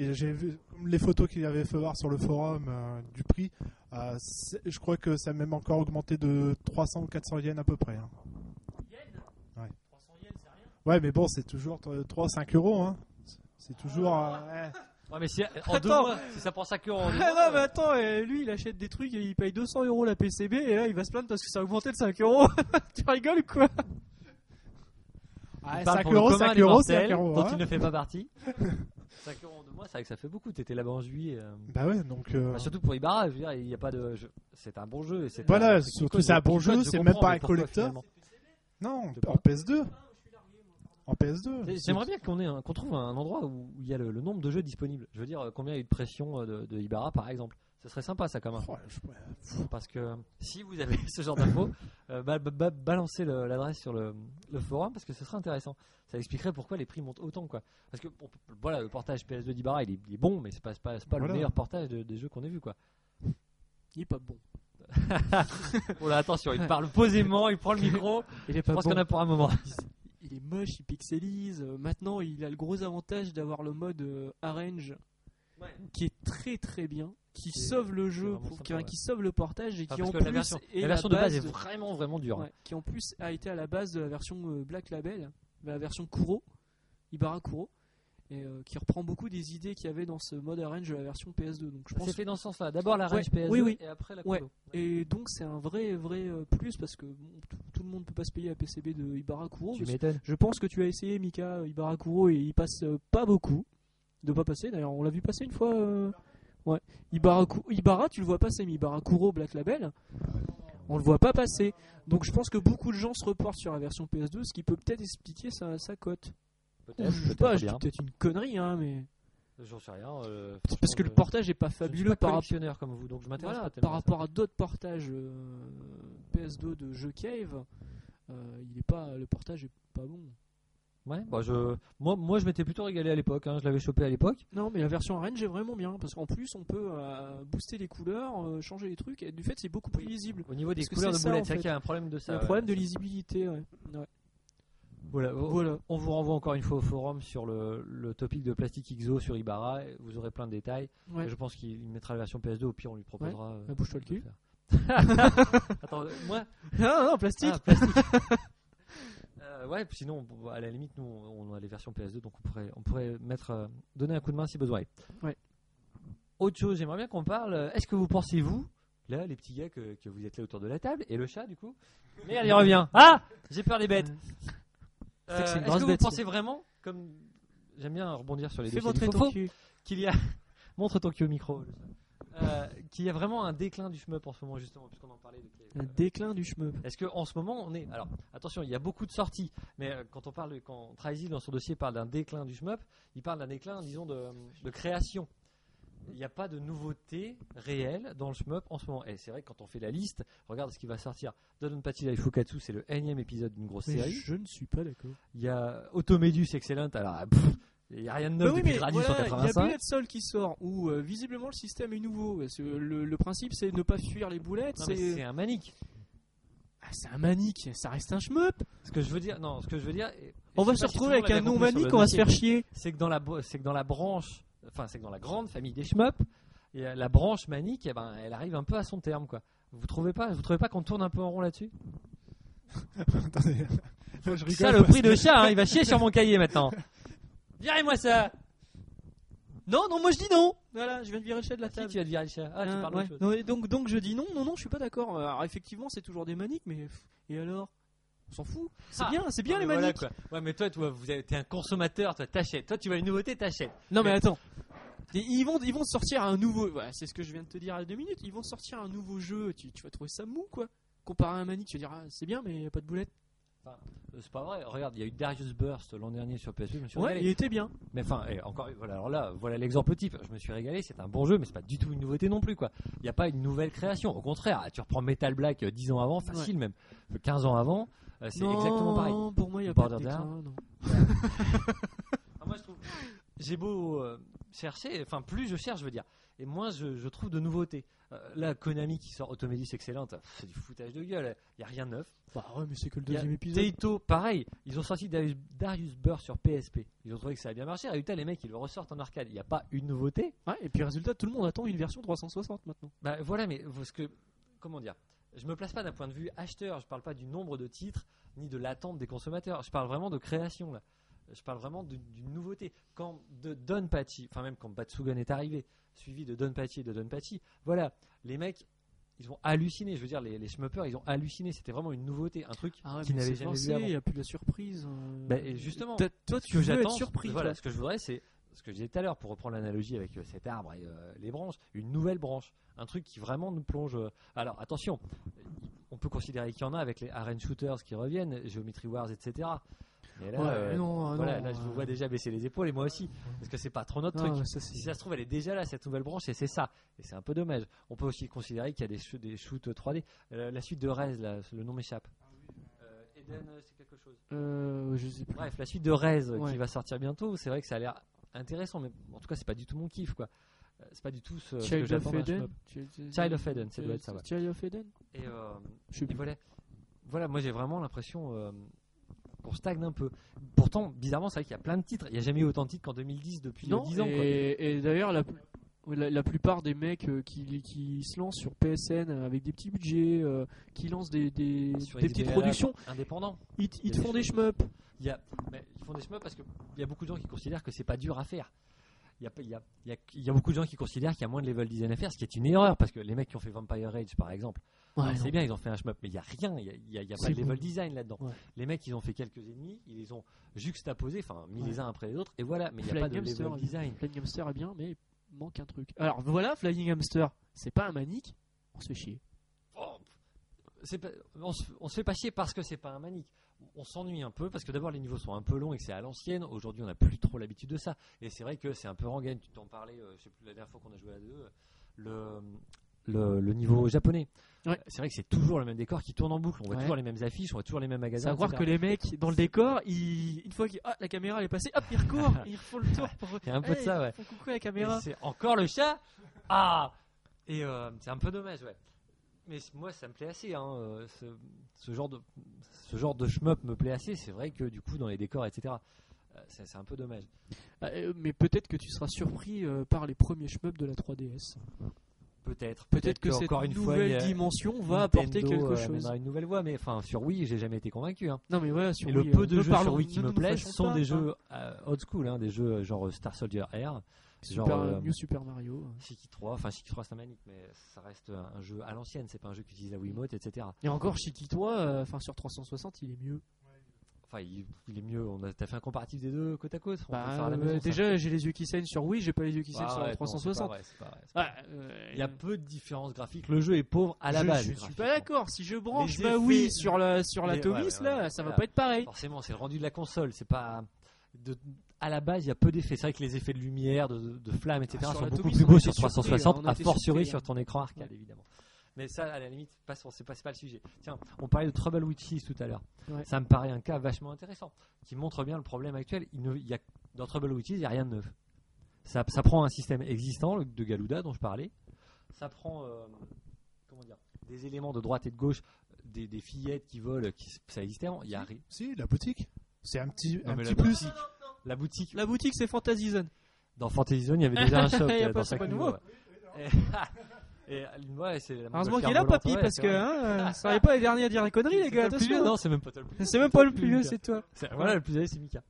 C: Et j'ai vu comme les photos qu'il avait fait voir sur le forum euh, du prix. euh, c'est- je crois que ça a même encore augmenté de 300 ou 400 yens à peu près. hein. Ouais. Ouais, mais bon, c'est toujours 3, 5 euros. hein. C'est- C'est toujours. euh, ouais.
B: Ouais, mais si, en deux
A: Attends.
B: mois, si ça prend 5 euros en
A: Ah
B: deux
A: non,
B: mois,
A: mais attends, euh, lui il achète des trucs et il paye 200 euros la PCB et là il va se plaindre parce que ça a augmenté de 5 euros. tu rigoles ou quoi
C: Ouais,
B: parle
C: 5
B: pour le
C: euros,
B: commun
C: 5
B: des
C: euros,
B: mortels,
C: 5 euros.
B: dont
C: ouais.
B: il ne fait pas partie. 5 euros en deux mois, c'est vrai que ça fait beaucoup. T'étais là-bas en juillet. euh,
C: Bah ouais, donc. euh,
B: Bah, surtout pour Ibarra, je veux dire, il n'y a pas de. je- C'est un bon jeu. et c'est
C: Voilà,
B: un truc qui
C: surtout,
B: coûte,
C: c'est un
B: qui
C: bon
B: coûte,
C: jeu,
B: je
C: c'est
B: comprends,
C: même pas
B: mais
C: un
B: pourquoi,
C: collector.
B: finalement
C: non,
B: de
C: en
B: quoi
C: PS2. En PS2.
B: C'est- J'aimerais bien qu'on ait un- qu'on trouve un endroit où il y a le, le nombre de jeux disponibles. Je veux dire, euh, combien il y a eu de pression euh, de, de Ibarra, par exemple. Ce serait sympa, ça, quand même.
C: Oh, je- ouais.
B: Parce que euh, si vous avez ce genre d'infos, euh, ba- ba- ba- balancez le- l'adresse sur le, le forum parce que ce serait intéressant. Ça expliquerait pourquoi les prix montent autant, quoi. Parce que bon, voilà, le portage PS2 d'Ibarra, il, est- il est bon, mais c'est pas, c'est pas, c'est pas le
C: Voilà.
B: meilleur portage de- des jeux qu'on ait vu, quoi.
A: Il est pas bon.
B: Bon, Oh là, attention, il parle posément, il prend le micro.
A: Il est
B: Je
A: pas
B: pense
A: bon.
B: qu'on a pour un moment.
A: Il est moche, il pixelise. Euh, Maintenant il a le gros avantage d'avoir le mode euh, arrange qui est très très bien, qui
B: Qui est-
A: sauve le jeu,
B: vraiment
A: pour-
B: sympa,
A: qui,
B: ouais.
A: qui sauve le portage et
B: Ah,
A: qui
B: parce
A: en
B: que
A: plus
B: la version,
A: est
B: la version de
A: base
B: base est
A: de-
B: vraiment vraiment dure. hein.
A: Ouais, qui en plus a été à la base de la version euh, Black Label, la version Kuro, Ibarra Kuro, et euh, qui reprend beaucoup des idées qu'il y avait dans ce mode arrange de la version PS2. Donc je pense.
B: Ah, C'est fait dans ce sens-là. D'abord la range
A: Ouais,
B: PS2
A: oui, oui.
B: et après la
A: Ouais.
B: Kodo.
A: Et donc c'est un vrai vrai euh, plus parce que bon, tout, tout le monde peut pas se payer la PCB de Ibarra Kuro.
B: Tu
A: parce-
B: m'étonnes.
A: Je pense que tu as essayé Mika euh, Ibarra Kuro et il passe euh, pas beaucoup de pas passer. D'ailleurs on l'a vu passer une fois. euh, Ouais. Ibarra, Ku- Ibarra tu le vois passer mais Ibarra Kuro Black Label on le voit pas passer. Donc je pense que beaucoup de gens se reportent sur la version PS2 ce qui peut peut-être expliquer sa, sa cote. Ou
B: Peut-être,
A: je sais
B: peut-être
A: pas, je dis
B: bien.
A: peut-être une connerie, hein, mais.
B: J'en sais rien. euh,
A: Parce que le
B: franchement,
A: portage est pas
B: je- je suis
A: fabuleux
B: pas
A: par, rapport
B: collectionneur comme vous, donc je m'intéresse
A: Voilà,
B: pas
A: par
B: tellement à ça.
A: rapport à hein. d'autres portages euh, PS2 de jeux cave, euh, il est pas, le portage est pas bon.
B: Ouais, bah je, moi, moi je m'étais plutôt régalé à l'époque, hein, je l'avais chopé à l'époque.
A: Non, mais la version arène, j'ai vraiment bien parce qu'en plus on peut euh, booster les couleurs, euh, changer les trucs et du fait c'est beaucoup plus
B: Oui.
A: lisible.
B: Au niveau des
A: Parce que
B: couleurs
A: c'est
B: de
A: ça,
B: boulettes,
A: en
B: c'est vrai
A: fait.
B: qu'il y a un problème de ça.
A: Il y a un
B: ouais.
A: problème de Oh. lisibilité. ouais. Ouais.
B: Voilà, on-
A: Voilà.
B: On vous renvoie encore une fois au forum sur le, le topic de Plastic Xo sur Ibarra, et vous aurez plein de détails.
A: Ouais.
B: Et Je pense qu'il mettra la version PS2, au pire on lui proposera. euh,
A: Bah, bouge-toi le
B: de
A: cul.
B: faire. Attends, euh, moi
A: Ah non, plastique.
B: Ah, plastique. Euh, ouais, puis sinon, bon, à la limite, nous, on on a les versions PS2, donc on pourrait, on pourrait mettre, euh, donner un coup de main si besoin.
A: Ouais.
B: Autre chose, j'aimerais bien qu'on parle. euh, Est-ce que vous pensez, vous, là, les petits gars, que, que vous êtes là autour de la table, et le chat, du coup Merde, il revient. Ah J'ai peur des bêtes.
A: C'est vrai que
B: Euh,
A: c'est une
B: Est-ce
A: grosse
B: que vous
A: bête,
B: pensez vraiment, comme j'aime bien rebondir sur les
A: Fais
B: dossiers
A: votre
B: du faux-faux,
A: ton cul.
B: qu'il y a. Montre ton cul au micro. le chat. Euh, qu'il y a vraiment un déclin du shmup en ce moment, justement, puisqu'on en parlait. de-
A: Un déclin du chmeu.
B: est-ce qu'en ce moment, on est. Alors, attention, il y a beaucoup de sorties, mais euh, quand on parle, quand Tricey, dans son dossier, parle d'un déclin du shmup, il parle d'un déclin, disons, de, euh, de création. Il n'y a pas de nouveauté réelle dans le shmup en ce moment. Et c'est vrai que quand on fait la liste, regarde ce qui va sortir. Donpati Life Fukatsu, c'est le énième épisode d'une grosse
A: Mais
B: série.
A: Je ne suis pas d'accord.
B: Il y a Automedus Excellent, alors, euh, pff, il n'y a rien de neuf
A: Bah oui,
B: depuis
A: mais
B: Gradius
A: voilà,
B: en
A: Il y a
B: 85.
A: Bullet Sol qui sort, où euh, visiblement le système est nouveau. parce que le, le principe, c'est ne pas fuir les boulettes.
B: Non, mais
A: C'est
B: c'est un manique.
A: Ah, c'est un manique, ça reste un shmup.
B: Ce que je veux dire, non, ce que je veux dire. et- et
A: On
B: je
A: va
B: sais
A: se
B: pas si tout le
A: retrouver
B: monde
A: avec
B: l'a
A: un
B: bien
A: nom
B: compris sur le
A: manique, on va se
B: dossier.
A: faire chier.
B: c'est que dans la bo- c'est que dans la branche, enfin c'est que dans la grande famille des shmup, et, euh, la branche manique, eh ben, elle arrive un peu à son terme quoi. Vous trouvez pas Vous trouvez pas qu'on tourne un peu en rond là-dessus
C: Attendez. Là, je rigole.
B: Ça, le
C: parce
B: prix
C: que-
B: de chat, hein, il va chier sur mon cahier maintenant. Virez-moi ça.
A: Non, non, moi je dis non. Voilà, je viens de virer le chat de la
B: Si
A: table.
B: tu vas te virer le chat. Ah, tu
A: Euh,
B: parles
A: ouais.
B: d'autre chose.
A: Non, et donc, donc je dis non, non, non, je suis pas d'accord. Euh, Alors effectivement, c'est toujours des maniques, mais pff, et alors On s'en fout. C'est
B: Ah.
A: bien, c'est bien
B: Non,
A: les
B: mais voilà,
A: maniques.
B: quoi. Ouais, mais toi, toi, vous avez- t'es un consommateur, toi, t'achètes. Toi, tu veux une nouveauté, t'achètes.
A: Non mais attends. Et Ils vont, ils vont te sortir un nouveau. Voilà, c'est ce que je viens de te dire à deux minutes. Ils vont te sortir un nouveau jeu. Tu, tu vas trouver ça mou quoi. Comparé à un manique, tu vas dire ah, c'est bien, mais y a pas de boulettes.
B: Euh, C'est pas vrai. Regarde, il y a eu Darius Burst l'an dernier sur PS2. Je me suis
A: Ouais,
B: régalé.
A: il était bien.
B: Mais enfin, eh, encore, voilà, alors là, voilà l'exemple type. Je me suis régalé, c'est un bon jeu, mais c'est pas du tout une nouveauté non plus, quoi. Il n'y a pas une nouvelle création. Au contraire, tu reprends Metal Black euh, 10 ans avant, facile même, euh, 15 ans avant, euh, c'est
A: Non,
B: exactement pareil.
A: Pour moi, il y a pas de
B: Borderlands.
A: déclin, non.
B: Ah, moi, je trouve- J'ai beau euh, chercher, enfin, plus je cherche, je veux dire, et moins je, je trouve de nouveautés. Euh, là, Konami qui sort Automédis excellente, pff, c'est du foutage de gueule, il n'y a rien de neuf.
A: Bah ouais, mais c'est que le
B: Il y a
A: deuxième épisode.
B: Taito, pareil, ils ont sorti Darius, Darius Burst sur PSP. Ils ont trouvé que ça a bien marché. Résultat, les mecs, ils le ressortent en arcade. Il n'y a pas une nouveauté.
A: Ouais, et puis résultat, tout le monde attend une version 360 maintenant.
B: Bah voilà, mais parce que comment dire Je me place pas d'un point de vue acheteur. Je parle pas du nombre de titres ni de l'attente des consommateurs. Je parle vraiment de création là. Je parle vraiment du- d'une nouveauté. Quand de Don Pachi, enfin même quand Batsugan est arrivé, suivi de Don Pachi et de Don Pachi, voilà, les mecs, ils ont halluciné. Je veux dire, les, les schmuppers, ils ont halluciné. C'était vraiment une nouveauté, un truc
A: Ah
B: qu'ils n'avaient jamais vu avant.
A: Il n'y a plus de la surprise. euh.
B: Bah, et justement,
A: T'as- toi,
B: ce
A: tu
B: que
A: veux être
B: j'attends,
A: surpris.
B: voilà,
A: toi.
B: ce que je voudrais, c'est ce que je disais tout à l'heure pour reprendre l'analogie avec euh, cet arbre et euh, les branches, une nouvelle branche, un truc qui vraiment nous plonge. euh, alors attention, on peut considérer qu'il y en a avec les arène shooters qui reviennent, Geometry Wars, etc. Mais là,
A: Ouais,
B: euh,
A: non,
B: voilà,
A: non,
B: là, je vous
A: euh,
B: vois déjà baisser les épaules et moi aussi, parce que c'est pas trop notre
A: non,
B: truc.
A: ça, c'est-
B: Si Ah, ça se trouve, elle est déjà là, cette nouvelle branche, et c'est ça. Et c'est un peu dommage. On peut aussi considérer qu'il y a des, shoot- des shoots 3D. Euh, la suite de Rez, là, le nom m'échappe. Euh, Eden, euh, c'est quelque chose.
A: Euh, je sais plus.
B: Bref, la suite de Rez euh,
A: Ouais.
B: qui va sortir bientôt, c'est vrai que ça a l'air intéressant, mais en tout cas, c'est pas du tout mon kiff quoi. Euh, C'est pas du tout ce, ce que
A: Child
B: j'attends
A: of
B: d'un
A: Eden.
B: shmup.
A: Child
B: Child of Eden, ça doit être ça, ouais.
A: Child of Eden
B: Et, euh,
A: Je sais
B: et
A: plus.
B: voilà. Voilà, moi j'ai vraiment l'impression euh, qu'on stagne un peu. Pourtant, bizarrement, c'est vrai qu'il y a plein de titres. Il n'y a jamais eu autant de titres qu'en 2010 depuis
A: Non,
B: euh, 10 ans. quoi.
A: et, et d'ailleurs, la, la, la plupart des mecs euh, qui, qui se lancent sur PSN euh, avec des petits budgets, euh, qui lancent des, des,
B: Sur
A: des
B: XBLA,
A: petites productions,
B: Indépendant.
A: ils, ils
B: y a
A: te
B: des
A: font des
B: choses.
A: shmups.
B: Il y a, mais ils font des shmups parce qu'il y a beaucoup de gens qui considèrent que c'est pas dur à faire. Il y a, pas- il y a- il y a- il y a beaucoup de gens qui considèrent qu'il y a moins de level design à faire, ce qui est une erreur parce que les mecs qui ont fait Vampire Rage par exemple. Alors, c'est bien, ils ont fait un shmup, mais il n'y a rien, il n'y a, il y a pas
A: C'est
B: de level
A: bon.
B: design là-dedans.
A: Ouais.
B: Les mecs, ils ont fait quelques ennemis, ils les ont juxtaposés, enfin mis
A: Ouais.
B: les uns après les autres, et voilà, mais il n'y a
A: Flying
B: pas de
A: Hamster,
B: level
A: oui.
B: design.
A: Flying Hamster est bien, mais il manque un truc. Alors voilà, Flying Hamster, c'est pas un manique, on se fait chier.
B: Oh, c'est pas- on, se, on se fait pas chier parce que c'est pas un manique. on s'ennuie un peu parce que d'abord les niveaux sont un peu longs et que c'est à l'ancienne. Aujourd'hui, on n'a plus trop l'habitude de ça. Et c'est vrai que c'est un peu rengaine. Tu t'en parlais, euh, je sais plus, la dernière fois qu'on a joué à deux, euh, le, le, le niveau japonais.
A: Ouais.
B: C'est vrai que c'est toujours le même décor qui tourne en boucle. On voit
A: Ouais.
B: toujours les mêmes affiches, on voit toujours les mêmes magasins.
A: Savoir que
B: etc.
A: les mecs dans le décor, ils- une fois que ah, la caméra elle est passée, hop, ils recourent, ils refont le tour pour.
B: Il y a un peu de
A: Hey,
B: ça, ouais.
A: ils font coucou à la
B: Et
A: caméra.
B: C'est encore le chat Ah Et euh, c'est un peu dommage, ouais. Mais c- moi, ça me plaît assez. hein, euh, ce, ce genre de ce genre de shmup me plaît assez. C'est vrai que du coup, dans les décors, etc. euh, C'est c'est un peu dommage.
A: Ah, euh, mais peut-être que tu seras surpris euh, par les premiers shmups de la 3DS.
B: Peut-être.
A: Peut-être que
B: qu'encore
A: cette
B: une fois, il y
A: nouvelle
B: a-
A: dimension va
B: Nintendo,
A: apporter quelque
B: euh,
A: chose.
B: amènera une nouvelle voie, mais enfin sur Wii, j'ai jamais été convaincu. hein.
A: Non mais voilà, sur
B: Et le
A: Wii,
B: peu
A: euh,
B: de
A: ne
B: jeux
A: parlons-
B: sur Wii qui
A: ne
B: me
A: nous
B: plaisent
A: fâchons
B: sont
A: pas,
B: des
A: hein.
B: jeux euh, old school, hein, des jeux euh, genre Star Soldier Air,
A: Super
B: genre, euh,
A: New Super Mario.
B: Shiki 3, enfin Shiki 3 c'est un manique, mais ça reste un un jeu à l'ancienne, c'est pas un jeu qui utilise la Wiimote, etc.
A: Et encore Shiki 3, euh, enfin sur 360, il est mieux.
B: Enfin, il, il est mieux. On a, t'as fait un comparatif des deux côte à côte. on peut le faire
A: Bah,
B: à la
A: euh,
B: maison, ça.
A: déjà, j'ai les yeux qui saignent sur Wii, j'ai pas les yeux qui
B: Ah
A: saignent sur
B: ouais,
A: la
B: non,
A: 360.
B: c'est pas vrai, c'est pas vrai, c'est pas
A: Ah,
B: vrai.
A: euh,
B: Il y a peu de différences graphiques. Le jeu est pauvre à la
A: je,
B: base.
A: je suis
B: graphiquement.
A: pas d'accord. Si je branche
B: Les
A: ma
B: effets-
A: Wii sur la sur la
B: Les-
A: Tomis,
B: ouais, ouais,
A: là,
B: ouais,
A: ça va
B: voilà.
A: pas être pareil.
B: Forcément, c'est le rendu de la console. C'est pas de, à la base, il y a peu d'effets. C'est vrai que les effets de lumière, de, de flammes, etc.
A: Ah, sur
B: sont
A: la
B: beaucoup
A: Tomis,
B: plus
A: on
B: beaux
A: était
B: sur
A: surpris,
B: 360,
A: hein, on
B: à
A: était
B: fortiori
A: surpris, hein.
B: sur ton écran arcade,
A: Ouais.
B: évidemment. Mais ça, à la limite, passons. C'est pas, c'est pas le sujet. Tiens, on parlait de Trouble with Cheese tout à l'heure.
A: Ouais.
B: Ça me paraît un cas vachement intéressant qui montre bien le problème actuel. Il ne, il y a, dans Trouble with Cheese, il n'y a rien de neuf. Ça, ça prend un système existant, le de Galuda dont je parlais. Ça prend euh, comment dire, des éléments de droite et de gauche, des, des fillettes qui volent, qui, ça existait avant. Il y a ri-
C: Si, la boutique. C'est un petit,
B: Non,
C: un
B: mais
C: petit
B: la
C: plus.
B: boutique- La boutique.
A: La boutique, c'est Fantasy Zone.
B: Dans Fantasy Zone, il y avait déjà un shop.
A: Il y a
B: euh,
A: pas-
B: dans
A: c'est
B: chaque
A: pas
B: niveau,
A: nouveau.
B: ouais. ah, Et, et, ouais, c'est la
A: Heureusement
B: montgolfière
A: qu'il est là,
B: volante,
A: papy,
B: ouais,
A: parce
B: c'est
A: que
B: vrai.
A: hein, euh, ça n'est pas les derniers à dire les conneries, les
B: C'est
A: gars.
B: pas le plus vieux,
A: Attention.
B: Non, c'est même pas toi le plus vieux.
A: C'est même pas le plus vieux,
B: Mika.
A: c'est toi.
B: C'est- Voilà, le plus âgé, c'est Mika.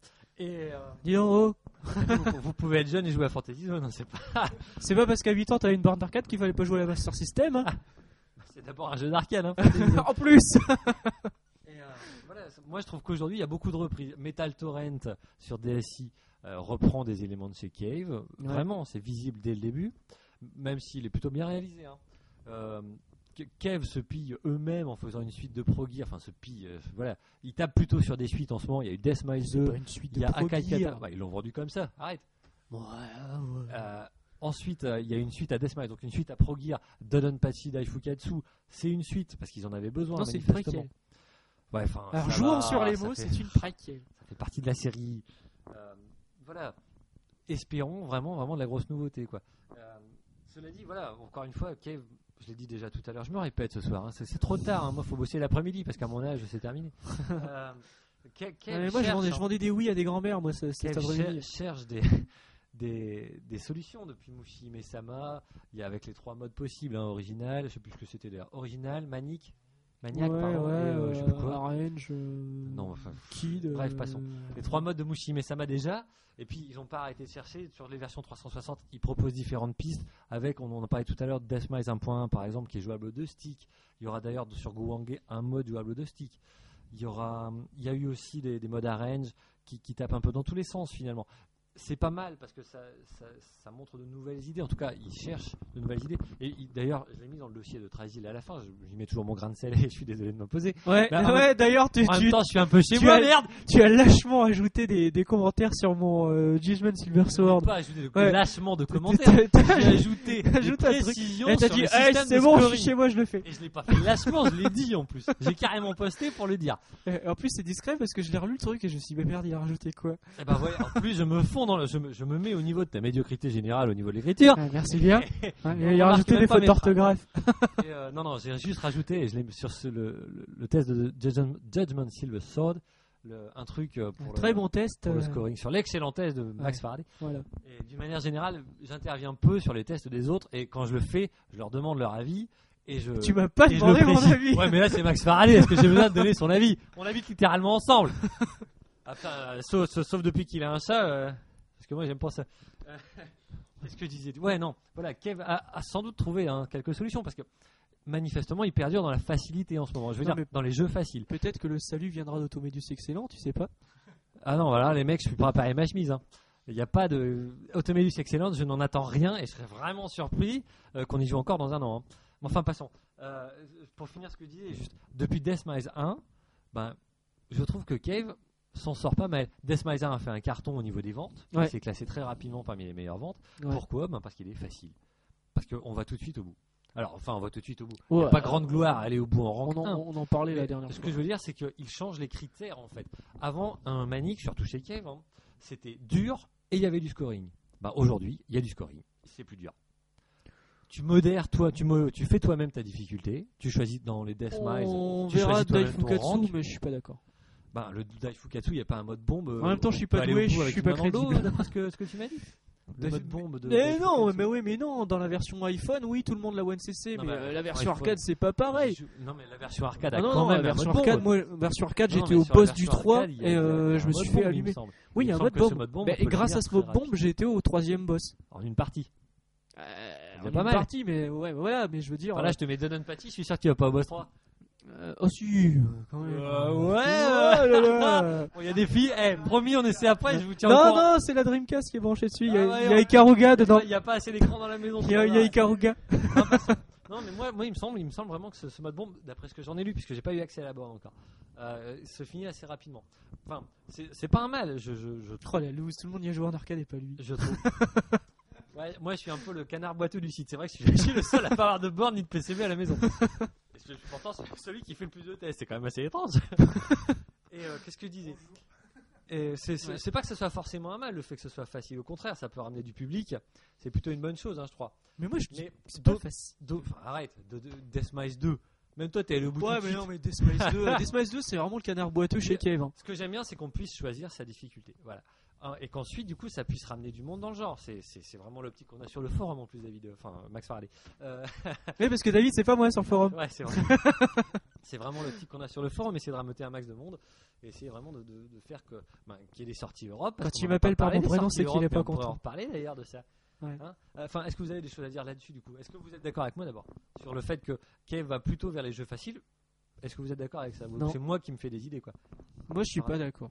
B: Et euh,
A: Dis donc, oh,
B: vous, vous pouvez être jeune et jouer à Fantasy Zone, hein, c'est pas-
A: c'est pas parce qu'à 8 ans t'avais une borne d'arcade qu'il fallait pas jouer à la Master System. hein.
B: c'est d'abord un jeu d'arcade. hein, Fantasy Zone.
A: en plus.
B: Et, euh, voilà, c'est- moi, je trouve qu'aujourd'hui, il y a beaucoup de reprises. Metal Torrent sur DSI euh, reprend des éléments de chez Cave. Vraiment, c'est visible dès le début, même s'il est plutôt bien réalisé. hein. Euh, Ca- Cave se pille eux-mêmes en faisant une suite de Pro Gear. Enfin, se pille. euh, voilà, ils tapent plutôt sur des suites en ce moment. Il y a eu Deathmise 2.
A: une suite
B: Il y a Akai Kata. Bah, ils l'ont vendu comme ça. Arrête.
A: Ouais, ouais.
B: Euh, ensuite, euh, il y a une suite à Deathmatch, donc une suite à Pro Gear, Dodonpachi Daifukatsu. C'est une suite parce qu'ils en avaient besoin.
A: Non, c'est une
B: manifestement.
A: préquelle.
B: Ouais, enfin,
A: Alors
B: ça
A: jouons
B: va,
A: sur les
B: ça
A: mots,
B: fait-
A: c'est une préquelle.
B: ça fait partie de la série. Euh, voilà. Espérons vraiment, vraiment de la grosse nouveauté, quoi. Euh, cela dit, voilà, encore une fois, Kev, je l'ai dit déjà tout à l'heure, je me répète ce soir, hein, c'est c'est trop tard, hein, moi faut bosser l'après-midi parce qu'à mon âge c'est terminé. Euh, Kev- Kev
A: Ah, mais moi, je
B: cherche,
A: vendais,
B: hein.
A: je vendais des oui à des grands-mères, moi, c'est
B: Kev
A: cet après-midi.
B: cher- cherche des, des, des solutions depuis Mushi Mesama. Il y a avec les trois modes possibles hein, original, je sais plus ce que c'était d'ailleurs, original, manique, maniaque,
A: ouais,
B: pardon,
A: ouais,
B: et, euh, je sais plus
A: euh,
B: quoi.
A: Orange, euh,
B: Non, enfin,
A: Kid.
B: bref,
A: euh,
B: passons. Les trois modes de Mushi Mesama déjà, et puis ils n'ont pas arrêté de chercher. Sur les versions 360, ils proposent différentes pistes. Avec, on en parlait tout à l'heure, Deathmise 1.1 par exemple, qui est jouable aux deux sticks. Il y aura d'ailleurs sur Gouwangue un mode jouable aux deux sticks. Il y, aura, il y a eu aussi des, des modes arrange qui, qui tapent un peu dans tous les sens finalement. C'est pas mal parce que ça, ça, ça montre de nouvelles idées. En tout cas, ils cherchent de nouvelles idées. Et ils- d'ailleurs, je l'ai mis dans le dossier de Trazil à la fin. Je- J'y mets toujours mon grain de sel et je suis désolé de m'imposer.
A: Ouais,
B: Bah, en
A: ouais, d'ailleurs, tu,
B: En
A: tu-
B: même temps, je suis un peu chez
A: tu
B: moi,
A: as-
B: merde!
A: tu as lâchement ajouté des, des commentaires sur mon euh, Judgment Silver
B: Je n'ai
A: Sword.
B: pas hein. ajouté de
A: Ouais.
B: lâchement de commentaires.
A: T'as- t'as-
B: J'ai ajouté des
A: Ajoute un truc.
B: précisions
A: Eh, t'as
B: sur
A: dit,
B: le
A: Eh,
B: système
A: c'est
B: de
A: bon, je
B: scoring.
A: suis chez moi, je le fais.
B: Et je l'ai pas fait lâchement, je l'ai dit en plus. J'ai carrément posté pour le dire.
A: Eh, En plus, c'est discret parce que je l'ai relu le truc et je me suis dit, mais merde, il a rajouté quoi
B: Et bah ouais, en plus je me fonds dans le, je me, je me mets au niveau de ta médiocrité générale au niveau de l'écriture.
A: Ah, Merci bien. Hein, Il
B: On
A: a
B: remarque
A: rajouté
B: même
A: des
B: pas
A: fautes
B: mes phrases.
A: d'orthographe.
B: Et, euh, non non, j'ai juste rajouté et je l'ai mis sur ce- le, le- le test de Judgment, Judgment Silver Sword, le- un truc euh, pour, le,
A: Très bon test.
B: pour le Euh,
A: euh,
B: scoring sur l'excellent test de Max
A: Ouais.
B: Faraday.
A: Voilà.
B: Et d'une manière générale, j'interviens peu sur les tests des autres et quand je le fais, je leur demande leur avis et je
A: Tu m'as pas
B: Et je
A: demandé
B: le
A: mon
B: précise.
A: avis.
B: Ouais, mais là, c'est Max Faraday. Est-ce que j'ai besoin de donner son avis On habite littéralement ensemble. Enfin, euh, sauf, sauf- sauf depuis qu'il a un chat. euh, parce que moi, j'aime pas ça. Euh, Qu'est-ce que je disais Ouais, non. Voilà, Kev a, a sans doute trouvé hein, quelques solutions parce que manifestement, il perdure dans la facilité en ce moment. Je veux
A: Non,
B: dire,
A: mais-
B: dans les jeux faciles.
A: Peut-être que le salut viendra d'Automédus Excellent, tu sais pas.
B: Ah non, voilà, les mecs, je suis pas préparé ma chemise. hein. Il n'y a pas de. Automédus Excellence, je n'en attends rien et je serais vraiment surpris euh, qu'on y joue encore dans un an. hein. Mais enfin, passons. Euh, pour finir ce que je disais, juste, depuis Deathmise 1, ben, je trouve que Cave s'en sort pas mal. Deathmiser a fait un carton au niveau des ventes.
A: Ouais.
B: Il s'est classé très rapidement parmi les meilleures ventes.
A: Ouais.
B: Pourquoi Ben Parce qu'il est facile. Parce qu'on va tout de suite au bout. Alors, enfin, on va tout de suite au bout.
A: Ouais,
B: Y a pas
A: euh,
B: grande gloire, elle est au bout en
A: On
B: rang un.
A: en, on en parlait la
B: Mais
A: dernière
B: Ce
A: fois.
B: que je veux dire, c'est qu'il change les critères en fait. Avant, un manique, surtout chez Cave, hein, c'était dur et il y avait du scoring. Bah, Aujourd'hui, il y a du scoring, c'est plus dur. Tu modères toi, tu, mo- tu fais toi-même ta difficulté, tu choisis dans les Deathmise,
A: On
B: tu
A: verra
B: choisis
A: Dai
B: toi-même ton rank.
A: Fukatsu, mais je suis pas d'accord.
B: Bah, le Dai Fukatsu, il n'y a pas un mode bombe. euh,
A: En même temps, je suis
B: on peut
A: pas
B: aller au
A: doué,
B: bout
A: je
B: avec
A: suis
B: une main
A: pas
B: dans l'eau,
A: crédible.
B: D'après ce que, ce que tu m'as dit. Le
A: Mais-
B: mode bombe de.
A: Mais
B: Dai
A: Eh non,
B: Fukatsu.
A: mais oui, mais non, dans la version iPhone, oui, tout le monde l'a OneCC,
B: Non,
A: mais
B: mais
A: euh, la
B: alors,
A: version
B: iPhone-
A: arcade, c'est pas pareil.
B: Je- Non, mais la version arcade a
A: Ah non,
B: quand
A: non,
B: même
A: la
B: un
A: version
B: mode
A: arcade,
B: bombe.
A: moi, version arcade,
B: Non,
A: j'étais
B: mais
A: au
B: sur la
A: boss du
B: version
A: 3
B: arcade, il y a-
A: et
B: il y a
A: euh,
B: un
A: je me suis
B: mode bombe,
A: fait
B: il me
A: allumer.
B: semble.
A: Oui, il y a
B: me
A: un
B: semble
A: mode
B: que ce
A: bombe.
B: mode bombe,
A: Bah,
B: on
A: et
B: peut le
A: grâce
B: finir
A: à ce
B: très
A: mode bombe, j'ai été au troisième boss.
B: En une partie.
A: Euh,
B: C'est
A: en
B: pas
A: une
B: mal.
A: partie, mais ouais, voilà, mais je veux dire.
B: Enfin, là, je te mets Donon Patty, je suis sûr que tu vas pas au boss 3.
A: euh, oh si, euh, quand même.
B: Euh, ouais,
A: Oh
B: ouais.
A: là là.
B: Bon, il y a des filles, eh, promis, on essaie après, je vous tiens au
A: Non,
B: courant.
A: non, c'est la Dreamcast qui est branchée dessus. Il y a,
B: Ah ouais,
A: il y a
B: on-
A: Ikaruga dedans.
B: Il n'y a pas assez d'écran dans la maison.
A: Il y a,
B: c'est
A: il y
B: pas
A: a
B: grave.
A: Ikaruga.
B: Non, mais moi, moi, il me semble, il me semble vraiment que ce, ce mode bombe, d'après ce que j'en ai lu, puisque j'ai pas eu accès à la borne encore, euh, se finit assez rapidement. Enfin, c'est c'est pas un mal, je, je, je
A: Oh la loose, tout le monde y a joué en arcade et pas lui.
B: Je trouve. Ouais, moi, je suis un peu le canard boiteux du site. C'est vrai que je suis le seul à pas avoir de borne ni de PCB à la maison. Et je suis pourtant celui qui fait le plus de tests. C'est quand même assez étrange. Et euh, qu'est-ce que je disais Et c'est c'est-
A: Ouais.
B: c'est pas que ce soit forcément un mal le fait que ce soit facile. Au contraire, ça peut ramener du public. C'est plutôt une bonne chose, hein, je crois.
A: Mais moi, je dis,
B: Mais
A: c'est pas
B: d'autres-
A: facile.
B: do- enfin, arrête, de, de, Deathmise 2. Même toi, t'es le bout
A: Ouais,
B: tout de
A: mais
B: suite.
A: non, mais Death Space 2, Death Space 2, c'est vraiment le canard boiteux chez Cave. hein.
B: Ce que j'aime bien, c'est qu'on puisse choisir sa difficulté. Voilà. Hein, Et qu'ensuite, du coup, ça puisse ramener du monde dans le genre. C'est- C'est c'est vraiment l'optique qu'on a sur le forum en plus, David. euh, Enfin, Max Faraday. Euh,
A: Oui, parce que David, c'est pas moi sur le forum.
B: ouais, c'est vrai. c'est vraiment l'optique qu'on a sur le forum. Essayer de rameuter un max de monde. Et essayer vraiment de, de- de faire que ben, qu'il y ait des sorties Europe. parce
A: Quand
B: qu'on
A: il
B: en a
A: m'appelle
B: pas
A: par
B: parlé
A: mon
B: des
A: prénom,
B: sorties
A: c'est qu'il
B: Europe,
A: est pas
B: mais on pourrait
A: content.
B: en reparler d'ailleurs de ça.
A: Ouais.
B: Hein enfin, est-ce que vous avez des choses à dire là-dessus du coup Est-ce que vous êtes d'accord avec moi d'abord Sur le fait que Kev va plutôt vers les jeux faciles Est-ce que vous êtes d'accord avec ça
A: Non.
B: C'est moi qui me fais des idées quoi.
A: Moi, je suis
B: Ouais.
A: pas d'accord.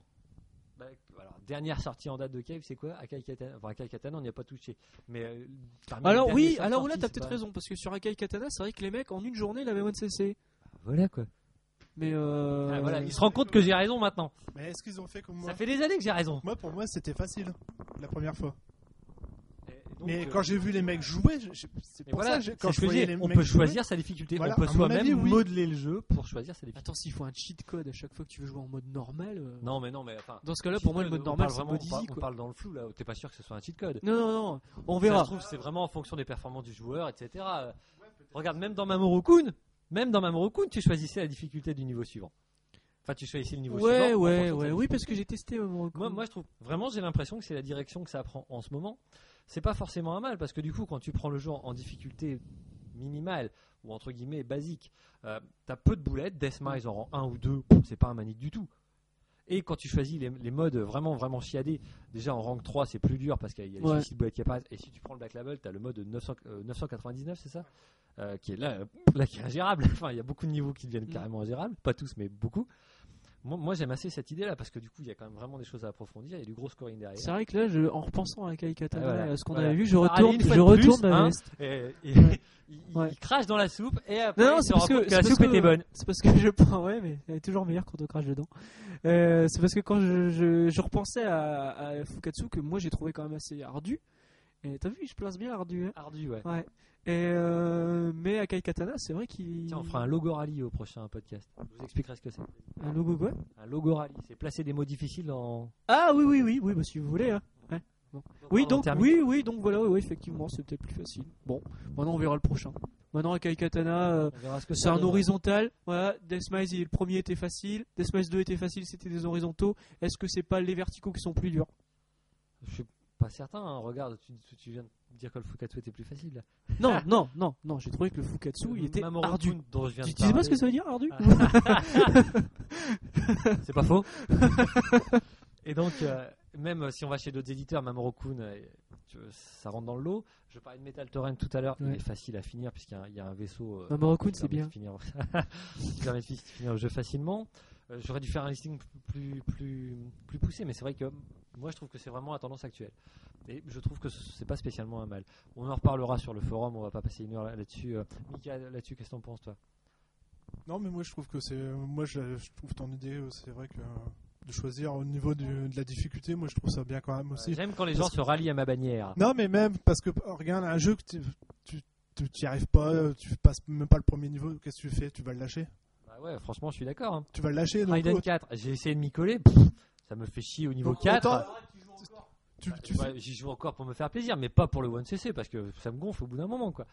B: Bah, alors, dernière sortie en date de Cave, c'est quoi Akai Katana. Enfin, Akai Katana, on n'y a pas touché. Mais euh, parmi les
A: Alors
B: dernières
A: oui,
B: sorties,
A: alors là, t'as
B: c'est
A: peut-être
B: pas-
A: raison, parce que sur Akai Katana, c'est vrai que les mecs, en une journée, l'avaient one CC.
B: Voilà quoi.
A: Mais euh...
B: Ah, voilà, il se rend compte que j'ai raison maintenant.
C: Mais est-ce qu'ils ont fait comme moi
B: Ça fait des années que j'ai raison.
C: Moi, pour moi, c'était facile la première fois.
B: Et donc,
C: Mais
B: euh,
C: quand j'ai vu les mecs jouer, je- je- c'est
B: mais
C: pour
B: voilà,
C: ça que j'ai-
B: c'est
C: quand
B: ce
C: je
B: que je dis,
C: voyais les
B: on
C: mecs
B: peut
C: jouer,
B: choisir sa difficulté,
C: Voilà,
B: on peut
C: à mon avis,
B: soi-même
C: oui.
B: modeler le jeu pour choisir sa difficulté.
A: Attends, s'il faut un cheat code à chaque fois que tu veux jouer en mode normal. euh,
B: Non, mais non, mais enfin.
A: Dans ce cas-là, pour moi, le
B: cheat
A: mode
B: code,
A: normal,
B: on
A: c'est
B: parle
A: le
B: vraiment-
A: mode
B: on parle-
A: easy,
B: On
A: quoi.
B: parle dans le flou là, t'es pas sûr que ce soit un cheat code.
A: Non, non, non, on
B: Ça
A: verra.
B: se trouve, c'est vraiment en fonction des performances du joueur, etc. Euh, Regarde, même dans Mamoru Kun, même dans Mamoru Kun, tu choisissais la difficulté du niveau suivant. Enfin, tu choisissais le niveau
A: Ouais,
B: suivant. en
A: ouais,
B: fonction de sa
A: ouais. Oui,
B: difficulté.
A: parce que j'ai testé euh, Mamoru Kun.
B: Moi, moi, je trouve vraiment, j'ai l'impression que c'est la direction que ça prend en ce moment. C'est pas forcément un mal parce que du coup, quand tu prends le jeu en difficulté minimale ou entre guillemets basique, euh, t'as peu de boulettes. Deathmise en rang 1 ou 2, c'est pas un manique du tout. Et quand tu choisis les, les modes vraiment vraiment chiadés, déjà en rang 3 c'est plus dur parce qu'il y a les
A: Ouais.
B: suicides de boulettes qui apparaissent. Et si tu prends le black label, t'as le mode 900, euh, 999, c'est ça Euh, Qui est là, euh, là qui est ingérable. enfin, il y a beaucoup de niveaux qui deviennent
A: Mm.
B: carrément ingérables, pas tous mais beaucoup. Moi, moi, j'aime assez cette idée-là parce que du coup, il y a quand même vraiment des choses à approfondir. Il y a du gros scoring derrière.
A: C'est vrai que là, je, en repensant à Akai Katana
B: Ah, voilà.
A: et à ce qu'on
B: Voilà.
A: avait vu, je
B: Ah,
A: retourne,
B: allez, une fois
A: je
B: de plus,
A: retourne la
B: hein.
A: veste.
B: Et- et-
A: Ouais.
B: il, il-
A: Ouais.
B: il crache dans la soupe et après,
A: Non, non,
B: il
A: c'est
B: se
A: parce
B: rend compte
A: que-
B: que,
A: c'est
B: la
A: parce
B: soupe
A: que-
B: était bonne.
A: C'est parce que je pense, ouais, mais elle est toujours meilleure quand on crache dedans. Euh, c'est parce que quand je, je, je repensais à, à Fukatsu, que moi j'ai trouvé quand même assez ardu. Et t'as vu, je place bien ardu. hein.
B: Ardu, ouais.
A: Ouais. Et euh, mais Akai Katana, c'est vrai qu'il.
B: Tiens, on fera un logo rallye au prochain podcast. Je vous expliquerai ce que c'est.
A: un logo quoi
B: Un logo rallye, c'est placer des mots difficiles en.
A: Ah oui, oui, oui, oui, bah, si vous voulez. Hein. Oui,
B: en
A: donc,
B: termes-
A: oui, oui, donc voilà, oui, oui, effectivement, c'est peut-être plus facile. Bon, maintenant on verra le prochain. Maintenant, Akai Katana, euh,
B: On verra ce que
A: c'est
B: ça
A: un
B: donne.
A: horizontal. Voilà, Deathmise, il- le premier était facile. Deathmise 2 était facile, c'était des horizontaux. Est-ce que c'est pas les verticaux qui sont plus durs
B: Je suis pas certain. hein. Regarde, tu, tu- tu viens de dire que le Fukatsu était plus facile. Là.
A: Non, non, non, non, j'ai trouvé que le Fukatsu, il
B: Le
A: était
B: Euh, Mamoru
A: ardu.
B: Kun dont je viens
A: Tu,
B: de
A: tu sais pas
B: parler. Ah,
A: ce que ça veut dire, ardu
B: C'est pas faux. et donc, euh, même si on va chez d'autres éditeurs, Mamoru Kun, euh, tu vois, ça rentre dans le lot. Je parlais de Metal Torrent tout à l'heure. Il
A: Ouais.
B: est facile à finir puisqu'il y a un- il y, a un vaisseau. euh,
A: Mamoru Kun,
B: qui
A: c'est
B: permet
A: bien.
B: de finir- qui permet de fi- finir le jeu facilement. Euh, J'aurais dû faire un listing plus, plus, plus poussé, mais c'est vrai que moi je trouve que c'est vraiment la tendance actuelle. Et je trouve que ce- c'est pas spécialement un mal. On en reparlera sur le forum, on va pas passer une heure là- là-dessus. Euh, Mika, là-dessus, qu'est-ce que t'en penses toi
C: Non, mais moi je trouve que c'est. euh, Moi je, je trouve ton idée, euh, c'est vrai que euh, de choisir au niveau du- de la difficulté, moi je trouve ça bien quand même aussi.
B: J'aime quand les gens se rallient à ma bannière.
C: Non, mais même parce que oh, regarde un jeu que tu tu- tu n'y arrives pas, euh, tu passes même pas le premier niveau, qu'est-ce que tu fais Tu vas le lâcher
B: Bah ouais, franchement, je suis d'accord. hein.
C: Tu vas le lâcher donc
B: Raiden
C: oh,
B: 4, j'ai essayé de m'y coller. pff, ça me fait chier au niveau
C: Donc,
B: 4.
C: autant- tu, tu fais-
B: Ouais, J'y joue encore pour me faire plaisir, mais pas pour le One CC parce que ça me gonfle au bout d'un moment. quoi.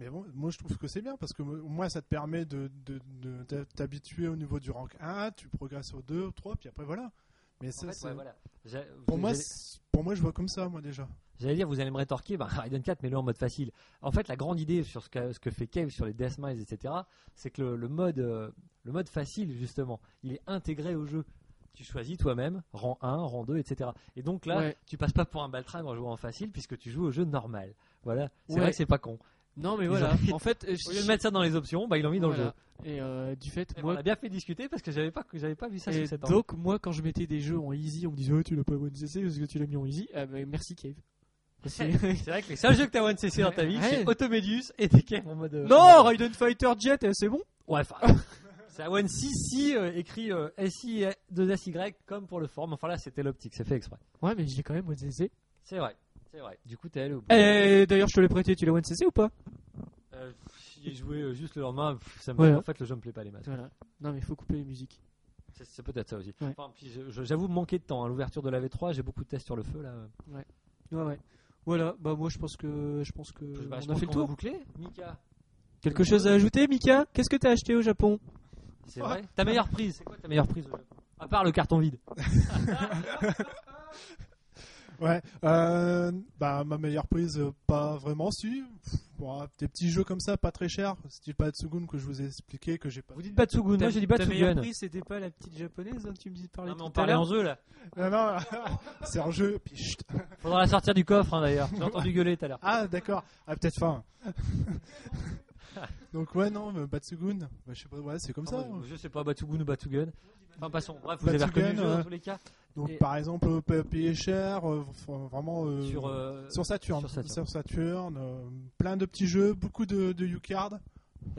C: Mais bon, moi je trouve que c'est bien parce que au moins ça te permet de, de- de- de t'habituer au niveau du rank 1, tu progresses au 2, au 3, puis après voilà. Mais
B: En
C: ça,
B: fait,
C: c'est-
B: ouais, voilà. J'ai-
C: pour,
B: vous-
C: moi,
B: j'allais-
C: c'est- pour moi, je vois comme ça, moi déjà.
B: j'allais dire, vous allez me rétorquer, bah, Raiden 4, mets-le en mode facile. En fait, la grande idée sur ce que, ce que fait Cave sur les Deathmise, etc., c'est que le, le mode, euh, le mode facile, justement, il est intégré au jeu. Tu choisis toi-même, rang 1, rang 2, etc. Et donc là,
A: Ouais.
B: tu passes pas pour un Baltram en jouant en facile puisque tu joues au jeu normal. Voilà, c'est
A: Ouais.
B: vrai que c'est pas con.
A: Non, mais
B: Ils
A: voilà.
B: ont fait-
A: En fait, euh,
B: Au lieu de mettre ça dans les options, bah, ils l'ont mis dans le
A: voilà.
B: jeu.
A: Et euh, du fait,
B: Et
A: moi,
B: On a bien fait discuter parce que j'avais pas, j'avais pas vu ça
A: Et
B: sous cet angle.
A: donc, moi, quand je mettais des jeux en easy, on me disait, oh, tu l'as pas one CC parce que tu l'as mis en easy. Ah, mais merci, Cave. Parce que-
B: C'est vrai que les seuls jeux que t'as one CC dans ta vie,
A: Ouais.
B: c'est Automédius et des games en mode. euh,
A: non, Raiden Fighter Jet, eh, c'est bon.
B: Ouais, enfin. c'est un One si si euh, écrit euh, SI 2 SY comme pour le forum. Enfin là, c'était l'optique, c'est fait exprès.
A: Ouais, mais je l'ai quand même one CC.
B: C'est vrai, c'est vrai. Du coup, t'es allé au bout.
A: Eh, d'ailleurs, je te l'ai prêté, tu l'as one CC ou pas
B: Euh, J'y ai joué euh, juste le lendemain. pff, ça me
A: Ouais.
B: En fait, le jeu me plaît pas les maths.
A: Voilà. Non, mais faut couper les musiques.
B: C'est c'est peut-être ça aussi.
A: Ouais.
B: Enfin, puis je- je- j'avoue manquer de temps. hein. L'ouverture de la V3, j'ai beaucoup de tests sur le feu là.
A: Ouais, ouais. Voilà, bah moi je pense que je pense que
B: Je- bah, je
A: on a
B: pense
A: fait le
B: qu'on va
A: tour.
B: boucler. Mika,
A: Quelque chose
B: euh,
A: à ajouter, Mika Qu'est-ce que t'as acheté au Japon
B: Bah, c'est vrai. Ta meilleure prise, c'est quoi ta meilleure prise au Japon À part le carton vide.
C: Ouais, euh, bah, ma meilleure prise, euh, pas vraiment, si. Pff, bon, des petits jeux comme ça, pas très chers, style Patsugun que je vous ai expliqué, que j'ai pas.
B: Vous dites Batsugun, moi
A: T'as-
B: je dis
A: Ta meilleure
B: Batsugun.
A: prise, c'était pas la petite japonaise dont tu me dis de parler
B: Non, mais on
A: tout à
B: parlait
A: l'heure
B: en jeu là.
C: Non, non, c'est un jeu, puis chut.
B: Faudra la sortir du coffre hein, d'ailleurs. J'ai entendu gueuler tout à l'heure.
C: Ah, d'accord, ah, peut-être fin. Donc, ouais, non, mais Batsugun, bah, je sais pas, ouais, c'est comme ça. hein.
B: Ah, moi, je, je sais pas, Batsugun ou Batsugun. Enfin, passons. Bref, vous avez
C: Batsugun, euh,
B: reconnu le jeu, dans
C: ouais.
B: tous les cas.
C: Donc
B: Et-
C: par exemple, euh, pa- payer cher, euh, enfin, vraiment euh,
B: Sur, euh,
C: sur Saturn,
B: sur
C: sur Saturn,
B: Saturn.
C: euh, plein de petits jeux, beaucoup de, de U-Card.
B: Là,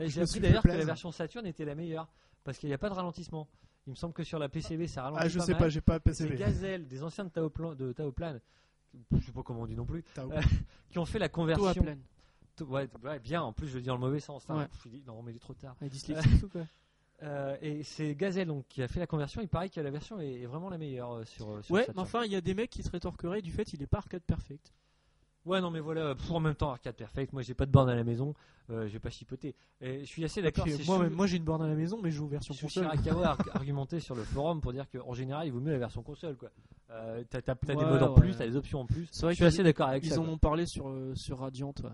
C: je
B: J'ai
C: me
B: appris
C: suis
B: d'ailleurs que
C: fait
B: la
C: plaisir.
B: version Saturn était la meilleure. Parce qu'il n'y a pas de ralentissement. Il me semble que sur la PCB, ça ralentit.
C: Ah, je
B: pas
C: sais
B: mal.
C: pas, j'ai pas
B: C'est
C: PCB.
B: Gazelle, des anciens de Taoplan, de Taoplan, je sais pas comment on dit non plus,
C: T'as-
B: Euh, qui ont fait la
A: Tout à
B: conversion.
A: plein.
B: To- Ouais, ouais, bien, en plus je le dis dans le mauvais sens. hein.
A: Ouais.
B: Je dis, non, mais il est trop tard.
A: Elle est dyslexique ou quoi
B: Euh, et c'est Gazelle donc, qui a fait la conversion. Il paraît que la version est est vraiment la meilleure euh, sur, euh, sur
A: Ouais,
B: Saturn.
A: mais enfin, il y a des mecs qui se rétorqueraient du fait il est pas arcade perfect.
B: Ouais, non, mais voilà, pour en même temps, Arcade Perfect, moi j'ai pas de borne à la maison, euh, je vais pas chipoter. Et je suis assez d'accord.
A: Puis,
B: c'est
A: moi,
B: Shu-
A: même, moi j'ai une borne à la maison, mais je joue version
B: Shu
A: console.
B: Shirakawa arg- argumentait sur le forum pour dire qu'en général, il vaut mieux la version console. quoi. Euh, t'as t'as- t'as des
A: Ouais,
B: modes en
A: ouais.
B: plus, t'as des options en plus.
A: C'est vrai
B: Je suis assez d'accord avec
A: Ils
B: ça.
A: en
B: quoi.
A: ont parlé sur, euh, sur Radiant. ouais.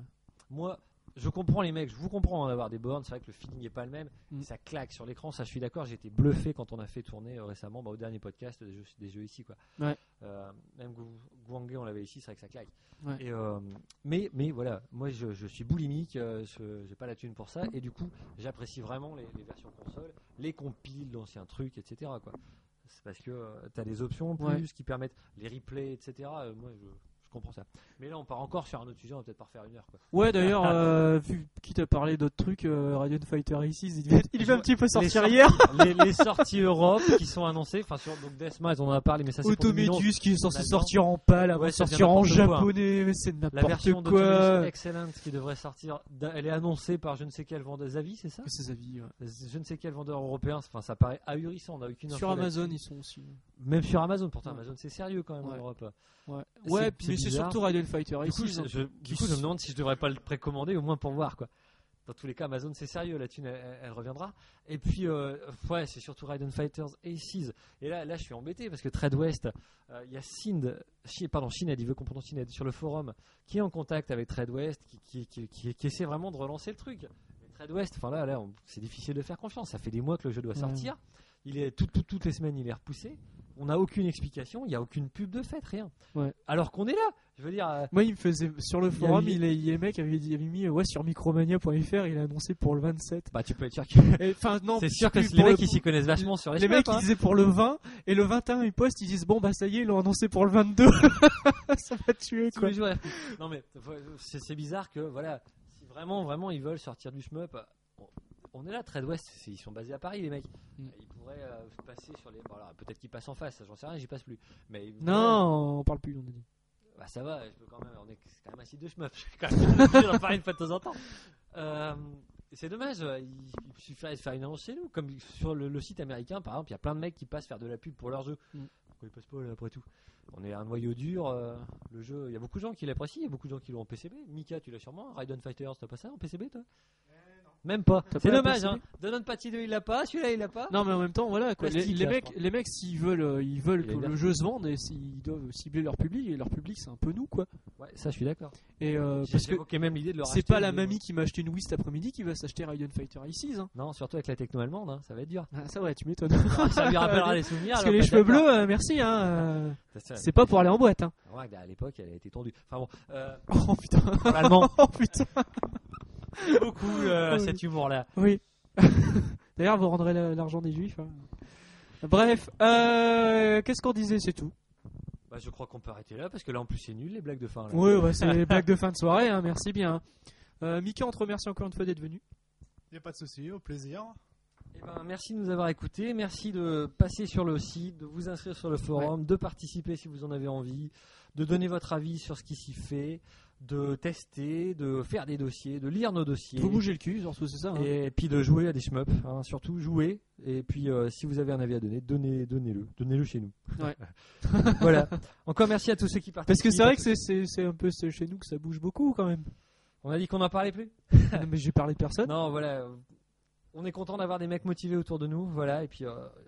B: Moi, je comprends les mecs, je vous comprends hein, d'avoir des bornes, c'est vrai que le feeling n'est pas le même,
A: Mm.
B: ça claque sur l'écran, ça je suis d'accord, j'ai été bluffé quand on a fait tourner euh, récemment bah, au dernier podcast des jeux, des jeux ici. Quoi.
A: Ouais.
B: Euh, même Gu- Guangé, on l'avait ici, c'est vrai que ça claque.
A: Ouais.
B: Et, euh, mais, mais voilà, moi je, je suis boulimique, euh, je- j'ai pas la thune pour ça, et du coup j'apprécie vraiment les, les versions console, les compiles d'anciens trucs, etc. Quoi. C'est parce que tu as des options en plus
A: Ouais.
B: qui permettent les replays, etc. Euh, moi je, je comprends ça. Mais là on part encore sur un autre sujet, on va peut-être pas refaire une heure. Quoi.
A: Ouais, d'ailleurs, euh, vu qu'il t'a parlé d'autres trucs, euh, Radiant Fighter Aces, il devait, il devait un petit peu
B: Les
A: sortir
B: sorties-
A: hier.
B: les, les sorties Europe qui sont annoncées, enfin sur donc Deathmatch on en a parlé, mais ça c'est pour 2011.
A: Automedius qui est censé
B: Là-dedans.
A: sortir en pâle, avant
B: Ouais,
A: de
B: ça
A: sortir
B: devient
A: en
B: n'importe quoi, hein.
A: japonais, mais c'est
B: La
A: n'importe
B: version
A: quoi.
B: d'Automedius Excellent qui devrait sortir, d'un- elle est annoncée par je ne sais quel vendeur Zavi, c'est ça
A: Que ses avis, ouais.
B: Je ne sais quel vendeur européen, enfin ça paraît ahurissant, on n'a aucune info
A: Sur
B: là-dessus.
A: Amazon, ils sont aussi.
B: hein. Même sur Amazon, pourtant
A: Ouais.
B: Amazon c'est sérieux quand même en
A: Ouais.
B: Europe.
A: Ouais,
B: C'est-
A: ouais
B: c'est
A: mais c'est
B: bizarre.
A: surtout Radiant Fighter
B: Du coup,
A: Aces.
B: je,
A: hein.
B: je- du coup, je me demande si je devrais pas le précommander au moins pour voir quoi. Dans tous les cas, Amazon c'est sérieux, la thune elle, elle- elle reviendra. Et puis, euh, ouais, c'est surtout Raiden Fighters Aces. Et là, là, je suis embêté parce que Trade West, euh, il y a Sind, Chi- pardon, Shined, il veut qu'on prononce Shined sur le forum, qui est en contact avec Trade West, qui, qui, qui, qui- qui essaie vraiment de relancer le truc. Mais Trade West, enfin là, là on- c'est difficile de faire confiance. Ça fait des mois que le jeu doit
A: Ouais.
B: sortir. Il est tout- tout- toutes les semaines, il est repoussé. On n'a aucune explication, il n'y a aucune pub de fête, rien.
A: Ouais.
B: Alors qu'on est là, je veux dire. euh,
A: Moi, il me faisait sur le
B: y a
A: forum,
B: eu-
A: il est, il est mec avait, dit- avait mis euh, ouais sur micromania.fr, il a annoncé pour le 27.
B: Bah, tu peux être sûr que.
A: Et, Enfin non,
B: C'est sûr que
A: plus
B: c'est les
A: pour
B: mecs
A: le-
B: qui s'y connaissent vachement sur les,
A: les mecs
B: shmups,
A: ils
B: hein.
A: disaient pour le 20 et le 21 ils postent, ils disent bon bah ça y est, ils l'ont annoncé pour le 22. ça va tuer
B: Tous
A: quoi.
B: les jours, ils- Non mais faut- c'est c'est bizarre que voilà, si vraiment vraiment ils veulent sortir du shmup, on- on est là, Trade West, c'est- ils sont basés à Paris, les mecs.
A: Mm.
B: Ils pourraient euh, passer sur les. Voilà, peut-être qu'ils passent en face, j'en sais rien, j'y passe plus. Mais ils-
A: Non, on parle plus, on a dit.
B: bah ça va, je peux quand même. On est c'est quand même assis deux schmeufs. Je vais quand même le dire, en parler une fois de temps en temps. Euh, c'est dommage. euh, Il, il suffirait de faire une annonce chez nous, comme sur le, le site américain, par exemple. Il y a plein de mecs qui passent faire de la pub pour leur jeu.
A: Mm.
B: Pourquoi ils passent pas là, après tout On est un noyau dur. euh, le jeu, il y a beaucoup de gens qui l'apprécient, il y a beaucoup de gens qui l'ont en PCB. Mika, tu l'as sûrement. Raiden Fighters, t'as pas ça en PCB toi Même pas.
A: T'as
B: C'est
A: pas la
B: dommage.
A: PCB?
B: Hein. Donon Patty 2, il l'a pas. Celui-là, il l'a pas.
A: Non, mais en même temps, voilà. quoi. Les,
B: Plastique,
A: les
B: là, je
A: mecs, les mecs, s'ils veulent, euh, ils veulent
B: Il est
A: que le
B: vert.
A: jeu se vende et s'ils doivent cibler leur public, et leur public, c'est un peu nous, quoi.
B: Ouais, ça, je suis d'accord.
A: Et euh,
B: J'ai-
A: parce que
B: j'évoquais même l'idée de le
A: c'est
B: racheter,
A: pas la
B: mais-
A: mamie qui m'a acheté une Wii cet après-midi qui va s'acheter Raiden Fighter ici hein.
B: Non, surtout avec la techno allemande, hein, ça va être dur.
A: Ah, ça ouais, tu m'étonnes.
B: ça lui rappellera les souvenirs.
A: Parce
B: elle
A: que
B: va
A: les
B: pas
A: cheveux
B: être bah, d'accord.
A: bleus, euh, merci, hein. euh,
B: Ça, ça,
A: c'est pas pour aller en boîte, hein.
B: remarque, à l'époque, elle a été tendue. Enfin bon, euh,
A: Oh putain,
B: pour l'allemand,
A: oh putain.
B: j'aime beaucoup euh,
A: Oui.
B: cet humour-là.
A: Oui. D'ailleurs, vous rendrez la- l'argent des juifs. hein. Bref, euh, qu'est-ce qu'on disait, c'est tout.
B: Bah, je crois qu'on peut arrêter là parce que là, en plus, c'est nul les blagues de fin. Là.
A: Oui, ouais, c'est les blagues de fin de soirée, hein, merci bien. Euh, Mickey, on te remercie encore une fois d'être venu.
C: Il n'y a pas de souci, au plaisir.
B: Eh ben, merci de nous avoir écoutés, merci de passer sur le site, de vous inscrire sur le forum, de participer si vous en avez envie, de donner votre avis sur ce qui s'y fait, de tester, de faire des dossiers, de lire nos dossiers.
A: Vous bougez le cul, surtout, c'est ça. hein.
B: Et puis de jouer à des shmups, hein, surtout jouer. Et puis euh, si vous avez un avis à donner, donnez, donnez-le, donnez-le chez nous.
A: Ouais.
B: voilà. Encore merci à tous ceux qui
A: Parce
B: participent.
A: que c'est vrai que c'est- c'est c'est un peu c'est chez nous que ça bouge beaucoup quand même.
B: on a dit qu'on n'en parlait plus.
A: Non, mais j'ai parlé de personne.
B: Non, voilà. euh, On est content d'avoir des mecs motivés autour de nous, voilà. Et puis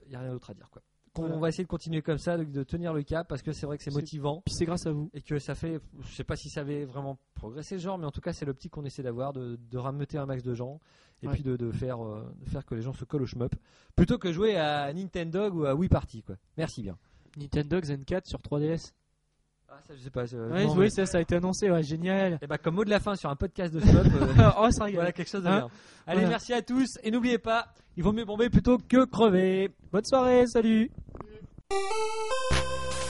B: il y a rien d'autre à dire quoi. Qu'on-
A: Voilà.
B: On va essayer de continuer comme ça, de, de tenir le cap parce que c'est vrai que c'est
A: C'est-
B: motivant.
A: Puis c'est grâce à vous.
B: Et que ça fait, je sais pas si ça avait vraiment progressé le genre, mais en tout cas c'est l'optique qu'on essaie d'avoir, de, de rameuter un max de gens, et
A: Ouais.
B: puis de, de faire, euh, de faire que les gens se collent au shmup, plutôt que jouer à Nintendo ou à Wii Party quoi. Merci bien.
A: Nintendo Zen 4 sur 3DS.
B: Ah ça je sais pas. je-
A: Ouais,
B: non,
A: oui, ça, ça a été annoncé, ouais, génial.
B: mais- Eh ben, comme mot de la fin sur un podcast de shmup, euh,
A: oh, ça rigole.
B: voilà quelque chose de
A: Hein
B: bien. Allez
A: Voilà.
B: merci à tous et n'oubliez pas, il vaut mieux bomber plutôt que crever.
A: Bonne soirée, salut.
D: Thank you.